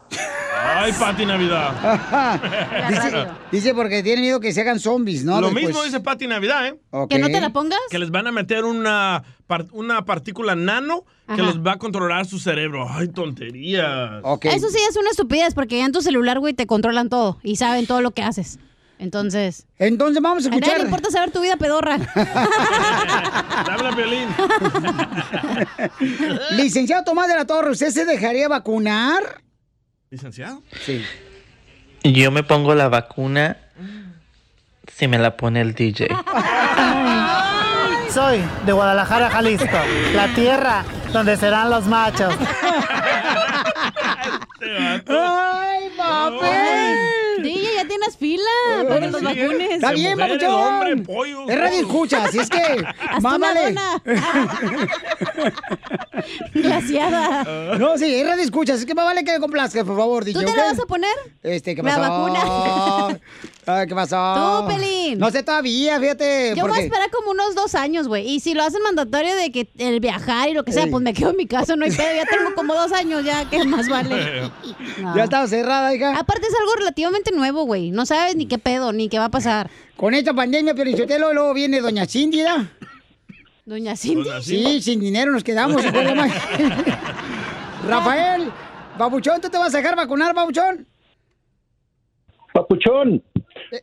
Speaker 4: Ay, Pati Navidad.
Speaker 2: dice, dice porque tiene miedo que se hagan zombies, ¿no?
Speaker 4: Lo
Speaker 2: Después.
Speaker 4: mismo dice Pati Navidad, ¿eh?
Speaker 2: Ok. ¿Que no te la
Speaker 3: pongas?
Speaker 4: Que les van a meter una, par- una partícula nano que
Speaker 3: Ajá.
Speaker 4: los va a controlar su cerebro. Ay, tonterías.
Speaker 3: Eso sí es una estupidez porque ya en tu celular, güey, te controlan todo y saben todo lo que haces. Entonces.
Speaker 2: Entonces vamos
Speaker 3: a nadie le importa saber tu vida pedorra.
Speaker 4: Habla violín.
Speaker 2: Licenciado Tomás de la Torre, ¿usted se dejaría vacunar?
Speaker 4: ¿Licenciado?
Speaker 2: Sí.
Speaker 8: Yo me pongo la vacuna si me la pone el DJ.
Speaker 22: Soy de Guadalajara, Jalisco, la tierra donde serán los machos.
Speaker 2: ¡Ay, papel!
Speaker 3: DJ, ya tienes fila para que los vacunes.
Speaker 2: Está bien, papuchón. Es radio escucha, así es que. ¡Mámale!
Speaker 3: Glaciada.
Speaker 2: No, sí, es radio escucha, así que más vale que me complazca, por favor, DJ.
Speaker 3: ¿Tú te
Speaker 2: ¿ok?
Speaker 3: la vas a poner?
Speaker 2: Este, ¿qué
Speaker 3: ¿La
Speaker 2: pasó?
Speaker 3: vacuna?
Speaker 2: Ay, ¿Qué pasó?
Speaker 3: Tú, Pelín.
Speaker 2: No sé todavía, fíjate.
Speaker 3: Yo voy a
Speaker 2: porque-
Speaker 3: esperar como unos dos años, güey. Y si lo hacen mandatorio de que el viajar y lo que sea, pues me quedo en mi casa, no hay pedo. Ya tengo como dos años ya, ¿qué más vale? No.
Speaker 2: Ya estaba cerrada, hija.
Speaker 3: Ah. Aparte es algo relativamente nuevo, güey. No sabes ni qué pedo, ni qué va a pasar.
Speaker 2: Con esta pandemia, Pelichotelo, luego viene Doña Cindy, ¿da?
Speaker 3: Doña Cindy.
Speaker 2: Sí, sin dinero nos quedamos. se puede llamar. Rafael, Babuchón, ¿tú te vas a dejar vacunar, Babuchón?
Speaker 23: Papuchón,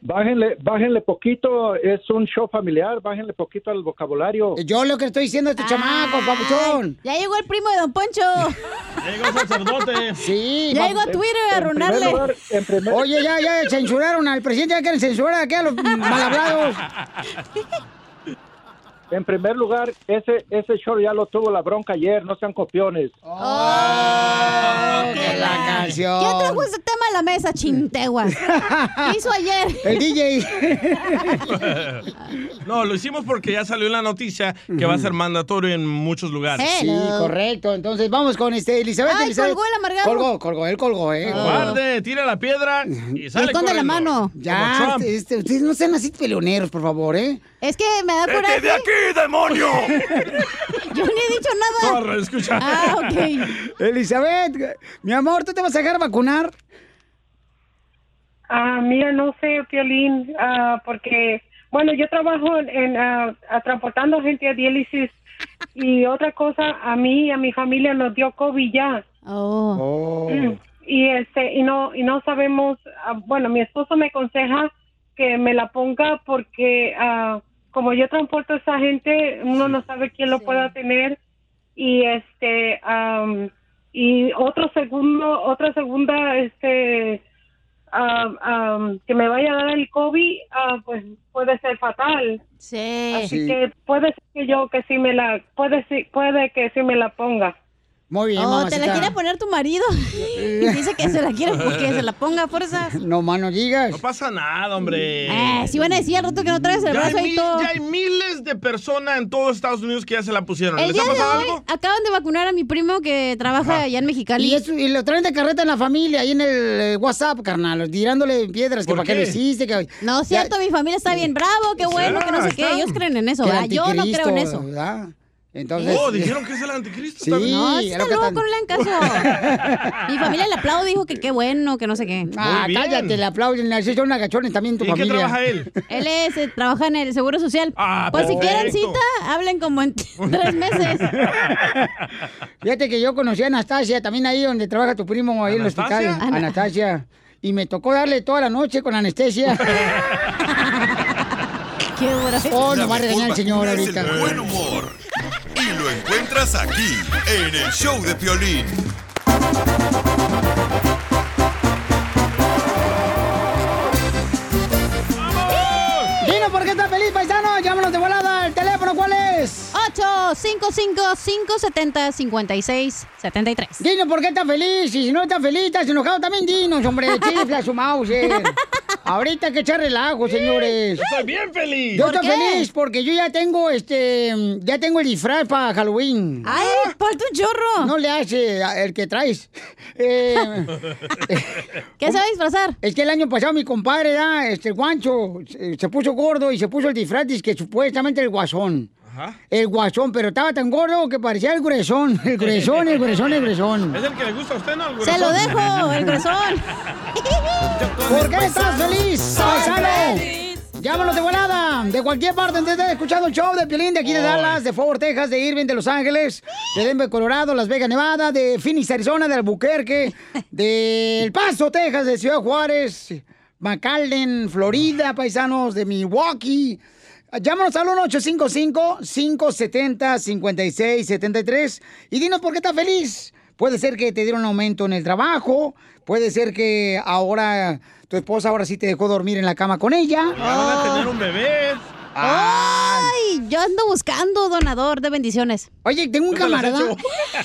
Speaker 23: bájenle, bájenle poquito, es un show familiar, bájenle poquito al vocabulario.
Speaker 2: Yo lo que estoy diciendo a este chamaco, Papuchón.
Speaker 3: Ya llegó el primo de Don Poncho.
Speaker 4: Llegó el sacerdote.
Speaker 2: Sí.
Speaker 3: Ya
Speaker 2: va-
Speaker 3: llegó a Twitter a arruinarle.
Speaker 2: Oye, ya, ya censuraron al presidente, ya quieren censurar aquí a los malhablados.
Speaker 23: En primer lugar, ese, ese show ya lo tuvo la bronca ayer, no sean copiones.
Speaker 2: canción.
Speaker 3: ¿Quién trajo ese tema a la mesa, chinteguas? ¿Qué hizo ayer?
Speaker 2: El DJ.
Speaker 4: No, lo hicimos porque ya salió la noticia que va a ser mandatorio en muchos lugares.
Speaker 2: Sí, correcto. Entonces vamos con este Elizabeth.
Speaker 3: Ay,
Speaker 2: Elizabeth.
Speaker 3: colgó el amargado.
Speaker 2: Colgó, colgó, él colgó, eh.
Speaker 4: Ah. Guarde, tira la piedra y sale
Speaker 2: Esconde
Speaker 4: corriendo. Como
Speaker 2: Ya,
Speaker 4: Trump.
Speaker 2: este, ustedes no sean así peleoneros, por favor, ¿eh?
Speaker 3: Es que me da coraje.
Speaker 4: demonio!
Speaker 3: Yo ni he dicho nada.
Speaker 4: Zorra, escucha.
Speaker 3: Ah, ok.
Speaker 2: Elizabeth, mi amor, ¿tú te vas a dejar vacunar?
Speaker 11: Ah, mira, no sé, Piolín, ah, porque, bueno, yo trabajo en, en, ah, ah, transportando gente a diálisis y otra cosa, a mí y a mi familia nos dio COVID ya.
Speaker 3: Oh.
Speaker 11: Mm, Y, este, y, no, y no sabemos, ah, bueno, mi esposo me aconseja que me la ponga porque ah, como yo transporto a esa gente, uno no sabe quién lo pueda tener y este am, y otro segundo otra segunda este am, am, que me vaya a dar el covid ah, pues puede ser fatal
Speaker 3: sí
Speaker 11: así
Speaker 2: Sí.
Speaker 11: que puede ser que yo que sí me la puede sí- puede que sí me la ponga
Speaker 2: Muy bien,
Speaker 3: Oh, te la
Speaker 2: mamacita.
Speaker 3: quiere poner tu marido. Y dice que se la quiere porque se la ponga a fuerzas.
Speaker 2: No, mano, digas.
Speaker 4: No pasa nada, hombre.
Speaker 3: Eh, si van a decir al rato que no traes el
Speaker 4: Ya hay,
Speaker 3: brazo ahí
Speaker 4: mil-
Speaker 3: todo.
Speaker 4: ya hay miles de personas en todos Estados Unidos que ya se la pusieron.
Speaker 3: El
Speaker 4: ¿Les ha
Speaker 3: día de
Speaker 4: pasado
Speaker 3: hoy
Speaker 4: algo?
Speaker 3: acaban de vacunar a mi primo que trabaja allá en Mexicali.
Speaker 2: Y, eso- y lo traen de carreta en la familia, ahí en el eh, WhatsApp, carnal, tirándole piedras, que
Speaker 3: ¿Por
Speaker 2: para qué lo
Speaker 3: qué?
Speaker 2: hiciste. Que...
Speaker 3: No es cierto, mi familia está bien. Bravo, qué bueno, que no sé qué. Ellos creen en eso,
Speaker 2: Que
Speaker 3: ¿verdad? Yo no creo en
Speaker 2: anticristo,
Speaker 3: eso.
Speaker 2: ¿verdad? Entonces,
Speaker 4: oh, dijeron que es el anticristo.
Speaker 2: Sí,
Speaker 4: también.
Speaker 3: No,
Speaker 2: es
Speaker 3: está
Speaker 2: lo que
Speaker 3: loco,
Speaker 2: tan-
Speaker 3: no le hagan caso. Mi familia le aplaude, dijo que qué bueno, que no sé qué.
Speaker 2: Ah, cállate, le aplauden, le hicieron una agachón también tu
Speaker 3: ¿Y en qué
Speaker 2: familia.
Speaker 3: trabaja
Speaker 4: él?
Speaker 3: Él es, eh, trabaja en el Seguro Social. pues si quieren
Speaker 2: perfecto.
Speaker 3: cita, hablen como en tres meses.
Speaker 2: Fíjate que yo conocí a Anastasia, también ahí donde trabaja tu primo, ahí en el
Speaker 3: ¿Anastasia?
Speaker 2: hospital.
Speaker 3: Ana-
Speaker 2: Anastasia. Y me tocó darle toda la noche con anestesia. Qué hora. Oh,
Speaker 9: La
Speaker 2: nos va a regañar el
Speaker 9: mejor
Speaker 2: señor
Speaker 9: vacuna es
Speaker 2: ahorita.
Speaker 9: el buen humor. Y lo encuentras aquí, en el show de Piolín.
Speaker 2: Dino, ¿por qué estás feliz, paisano? Llámanos de volada. ¿El teléfono cuál es?
Speaker 3: 855-570-5673.
Speaker 2: Dino, ¿por qué estás feliz? Y si no estás feliz, estás enojado también, dinos, hombre. Chifla su mouse. eh. Ahorita hay que echar relajo, señores.
Speaker 4: Yo estoy bien feliz.
Speaker 2: Yo
Speaker 4: ¿Por
Speaker 2: estoy
Speaker 4: qué?
Speaker 2: feliz porque yo ya tengo este. Ya tengo el disfraz para Halloween. ¡Ay, falta un chorro! No le hace a- el que traes. Eh, ¿Qué se va a disfrazar? Es que el año pasado mi compadre, ya, este el guancho, se, se puso gordo y se puso el disfraz que supuestamente el guasón. El guasón, pero estaba tan gordo que parecía el gruesón. El gruesón, el gruesón, el gruesón.
Speaker 4: Es el que le gusta a usted, ¿no? El
Speaker 2: Se lo
Speaker 4: gruesón.
Speaker 2: dejo, el gruesón. ¿Por qué estás feliz, paisano? Llámanos de volada, de cualquier parte, antes de escuchando el show de Piolín, de aquí de Dallas, de Fort Worth, Texas, de Irving, de Los Ángeles, de Denver, Colorado, Las Vegas, Nevada, de Phoenix, Arizona, de Albuquerque, de El Paso, Texas, de Ciudad Juárez, McAllen, Florida, paisanos, de Milwaukee. Llámanos al 1-855-570-5673 y dinos por qué estás feliz. Puede ser que te dieron un aumento en el trabajo, puede ser que ahora tu esposa ahora sí te dejó dormir en la cama con ella. ¡Ah!
Speaker 4: Van a tener un bebé.
Speaker 3: Ay, yo ando buscando donador de bendiciones.
Speaker 2: Oye, tengo un
Speaker 4: Yo te las
Speaker 3: camarada.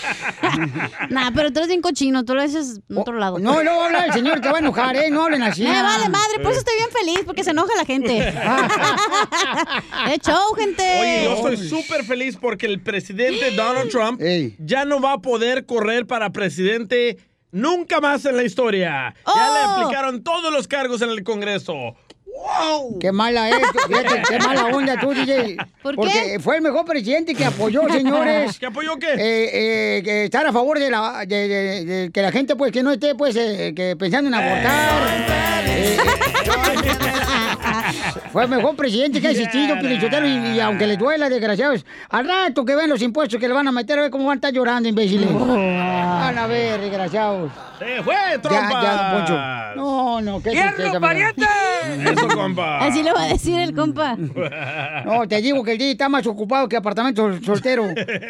Speaker 4: echo.
Speaker 3: nah, pero tú eres bien cochino, tú lo haces en otro lado.
Speaker 2: Oh, no, luego habla el señor, te va a enojar, ¿eh? No hablen así.
Speaker 3: Me vale madre, por eso estoy bien feliz, porque se enoja la gente.
Speaker 2: Ah.
Speaker 3: ¡Es show, gente!
Speaker 4: Oye, yo estoy súper feliz porque el presidente Donald Trump ya no va a poder correr para presidente nunca más en la historia. Ya
Speaker 2: Oh.
Speaker 4: le aplicaron todos los cargos en el Congreso.
Speaker 2: Qué mala es, tú, fíjate, qué mala onda tú, DJ.
Speaker 4: ¿Por qué?
Speaker 2: Porque fue el mejor presidente que apoyó, señores.
Speaker 4: ¿Que apoyó qué?
Speaker 2: Eh, eh, que estar a favor de, la, de- de- de que la gente, pues, que no esté, pues, eh, que pensando en abortar. Eh, eh, fue el mejor presidente que ha existido, Pilichotero, y, y aunque le duela, desgraciados. Al rato que ven los impuestos que le van a meter, a ver cómo van a estar llorando, imbéciles. Van a ver, desgraciados.
Speaker 4: ¡Se fue,
Speaker 2: Ya,
Speaker 4: trompa!
Speaker 2: ya, Poncho. No, no, qué
Speaker 4: ¡Hierro,
Speaker 2: tristeza,
Speaker 4: pariente! Eso, compa.
Speaker 2: Así le va a decir el compa.
Speaker 4: No,
Speaker 2: No, te digo que el DJ está más ocupado que apartamento sol- soltero.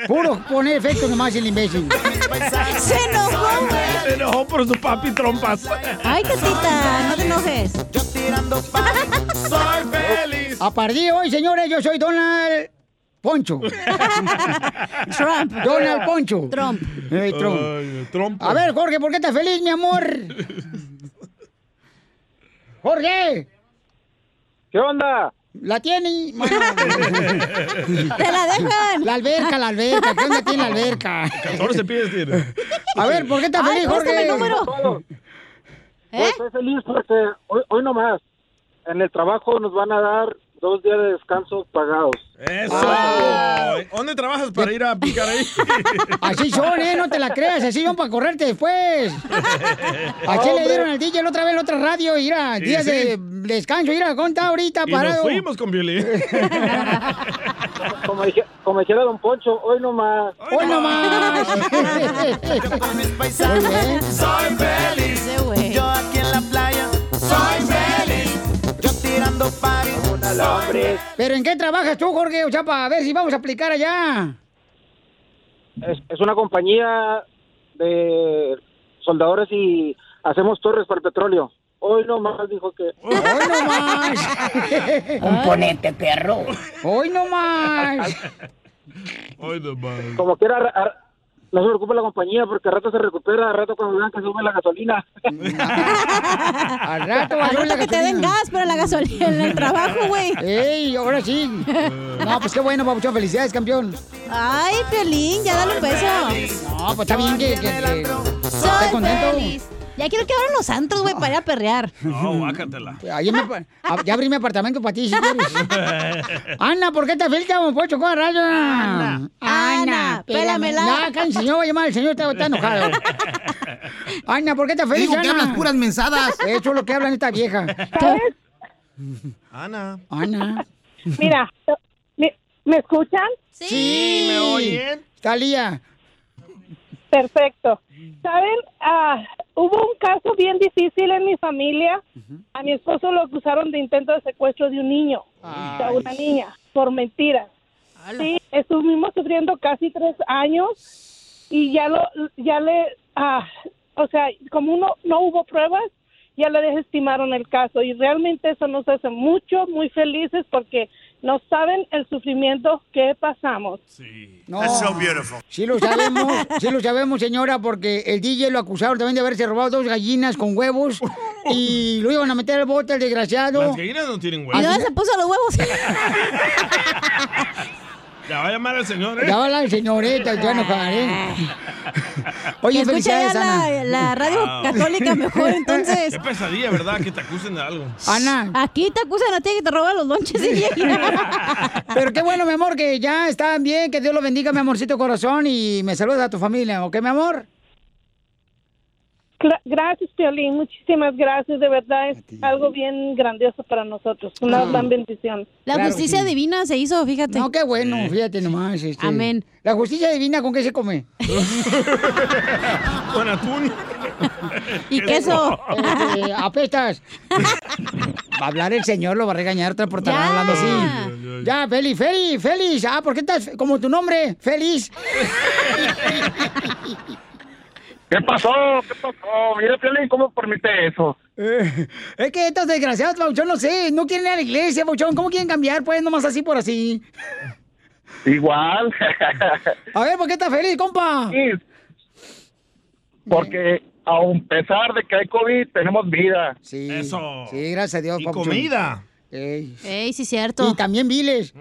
Speaker 2: Puro poner efectos nomás el imbécil.
Speaker 4: Se enojó, Se enojó por su papi trompas.
Speaker 3: Ay, Catita, no te enojes.
Speaker 4: Soy feliz.
Speaker 2: A partir de hoy, señores, yo soy Donald Poncho. Trump. Donald Poncho. Trump. Trump.
Speaker 4: Ay, trompa.
Speaker 2: A ver, Jorge, ¿por qué estás feliz, mi amor? Jorge. ¿Qué onda? La tiene, mano.
Speaker 4: ¡Te
Speaker 2: dejan! La alberca, la alberca. ¿Qué onda tiene la alberca?
Speaker 4: 14 pies tiene.
Speaker 2: A ver, ¿por qué estás
Speaker 4: Ay,
Speaker 2: feliz, Jorge?
Speaker 4: préstame el número.
Speaker 2: ¿Eh?
Speaker 10: Pues, estoy feliz porque hoy, hoy no más. En el trabajo nos van a dar dos días de descanso pagados. Ah,
Speaker 4: Eso. ¿Dónde trabajas para ir a picar ahí?
Speaker 2: Ah. Así son, ¿eh? No te la creas, así son para correrte después. Aquí le dieron al DJ la otra vez, la otra radio, y mira,
Speaker 4: Sí,
Speaker 2: días
Speaker 4: sí.
Speaker 2: de descanso, mira, conta ahorita
Speaker 4: Y nos
Speaker 2: parado.
Speaker 4: fuimos con violín.
Speaker 10: Como, dije- como dijera Don Poncho, hoy no más.
Speaker 2: Hoy no más.
Speaker 10: Muy bien.
Speaker 21: Soy feliz. Yo aquí en la playa. Soy feliz. Yo tirando party.
Speaker 2: ¿Pero en qué trabajas tú, Jorge? O sea, para ver si vamos a aplicar allá.
Speaker 10: Es, es una compañía de soldadores y hacemos torres para el petróleo. Hoy no más, dijo que.
Speaker 2: Hoy no más.
Speaker 10: Componente, perro.
Speaker 2: Hoy no más.
Speaker 4: Ay, no mames.
Speaker 10: Como quiera, ar- ar- no se preocupe la compañía porque al rato se recupera, al rato cuando vean que sube la gasolina.
Speaker 2: Al rato, va a
Speaker 3: Al
Speaker 2: subir la
Speaker 3: rato que te den
Speaker 2: gasolina.
Speaker 3: gas para la gasolina en el trabajo, güey.
Speaker 2: ¡Ey, ahora sí! No, pues qué bueno, papuchón. Felicidades, campeón.
Speaker 3: Ay, Piolín, ya dale un beso.
Speaker 2: No, pues está bien que... que, que- ¿Estás
Speaker 3: Soy
Speaker 2: contento?
Speaker 3: feliz. Ya quiero que abran los santos, güey, para ir a perrear.
Speaker 4: No, guácatela.
Speaker 2: Ahí me pa- a- ya abrí mi apartamento para ti, si quieres. Ana, ¿por qué te filtra, don Pocho? ¿Cómo rayo? Ana, Ana,
Speaker 3: Ah, pélamela.
Speaker 2: No, acá el señor va a llamar, el señor está, está enojado. Ana, ¿por qué te feliz,
Speaker 16: Digo que
Speaker 2: Ana?
Speaker 16: hablas puras mensadas.
Speaker 2: Eso es lo que hablan esta vieja.
Speaker 4: Ana.
Speaker 2: Ana.
Speaker 12: Mira, ¿me, me escuchan?
Speaker 3: Sí.
Speaker 4: ¿me oyen?
Speaker 2: Talía.
Speaker 12: Perfecto. ¿Saben? Ah,
Speaker 30: hubo un caso bien difícil en mi familia. A mi esposo lo acusaron de intento de secuestro de un niño, de una niña, por mentiras. Sí, estuvimos sufriendo casi tres años y ya lo, ya le, ah, o sea, como uno no hubo pruebas, ya le desestimaron el caso y realmente eso nos hace mucho, muy felices porque no saben el sufrimiento que pasamos.
Speaker 2: No.
Speaker 6: That's so beautiful.
Speaker 2: Sí lo sabemos, sí lo sabemos, señora, porque el DJ lo acusaron también de haberse robado dos gallinas con huevos y lo iban a meter al bote el desgraciado.
Speaker 4: Las gallinas no tienen
Speaker 3: ¿Y dónde
Speaker 4: huevos.
Speaker 3: se puso los huevos?
Speaker 4: La va a llamar al señor, ¿eh?
Speaker 2: Ya va la señorita, ya no pagaré. ¿eh? Oye,
Speaker 3: Que escuche
Speaker 2: felicidades,
Speaker 3: ya la-
Speaker 2: Ana.
Speaker 3: la radio católica mejor, entonces.
Speaker 4: Qué pesadilla, ¿verdad? Que te acusen de algo.
Speaker 2: Ana.
Speaker 3: Aquí te acusan a ti que te roban los lonches.
Speaker 2: Pero qué bueno, mi amor, que ya están bien, que Dios los bendiga, mi amorcito corazón, y me saluda a tu familia, ¿ok, mi amor?
Speaker 30: Cla- Gracias, Piolín. Muchísimas gracias. De verdad es algo bien grandioso para nosotros. Una
Speaker 3: Ah.
Speaker 30: gran bendición.
Speaker 3: La justicia divina se hizo, fíjate.
Speaker 2: No, qué bueno, fíjate nomás. este.
Speaker 3: Amén.
Speaker 2: La justicia divina, ¿con qué se come?
Speaker 4: Con atún.
Speaker 2: Y queso. Este, apestas. Va a hablar el señor, lo va a regañar otra por estar
Speaker 4: Ya.
Speaker 2: hablando así. Ya, Feli, Feli, Feliz. Ah, ¿por qué estás fe- como tu nombre? Feliz.
Speaker 7: ¿Qué pasó? ¿Qué pasó? Mira, Piolín, ¿cómo permite eso?
Speaker 2: Eh, es que estos desgraciados, Pauchón, no sé, no quieren ir a la iglesia, Pauchón. ¿Cómo quieren cambiar? Pues nomás así por así.
Speaker 7: Igual.
Speaker 2: A ver, ¿por qué estás feliz, compa?
Speaker 7: Porque a pesar de que hay COVID, tenemos vida.
Speaker 2: Sí.
Speaker 7: Eso.
Speaker 2: Sí, gracias a Dios, Pauchón.
Speaker 7: comida.
Speaker 2: Ey.
Speaker 3: Ey, sí, cierto.
Speaker 2: Y también viles.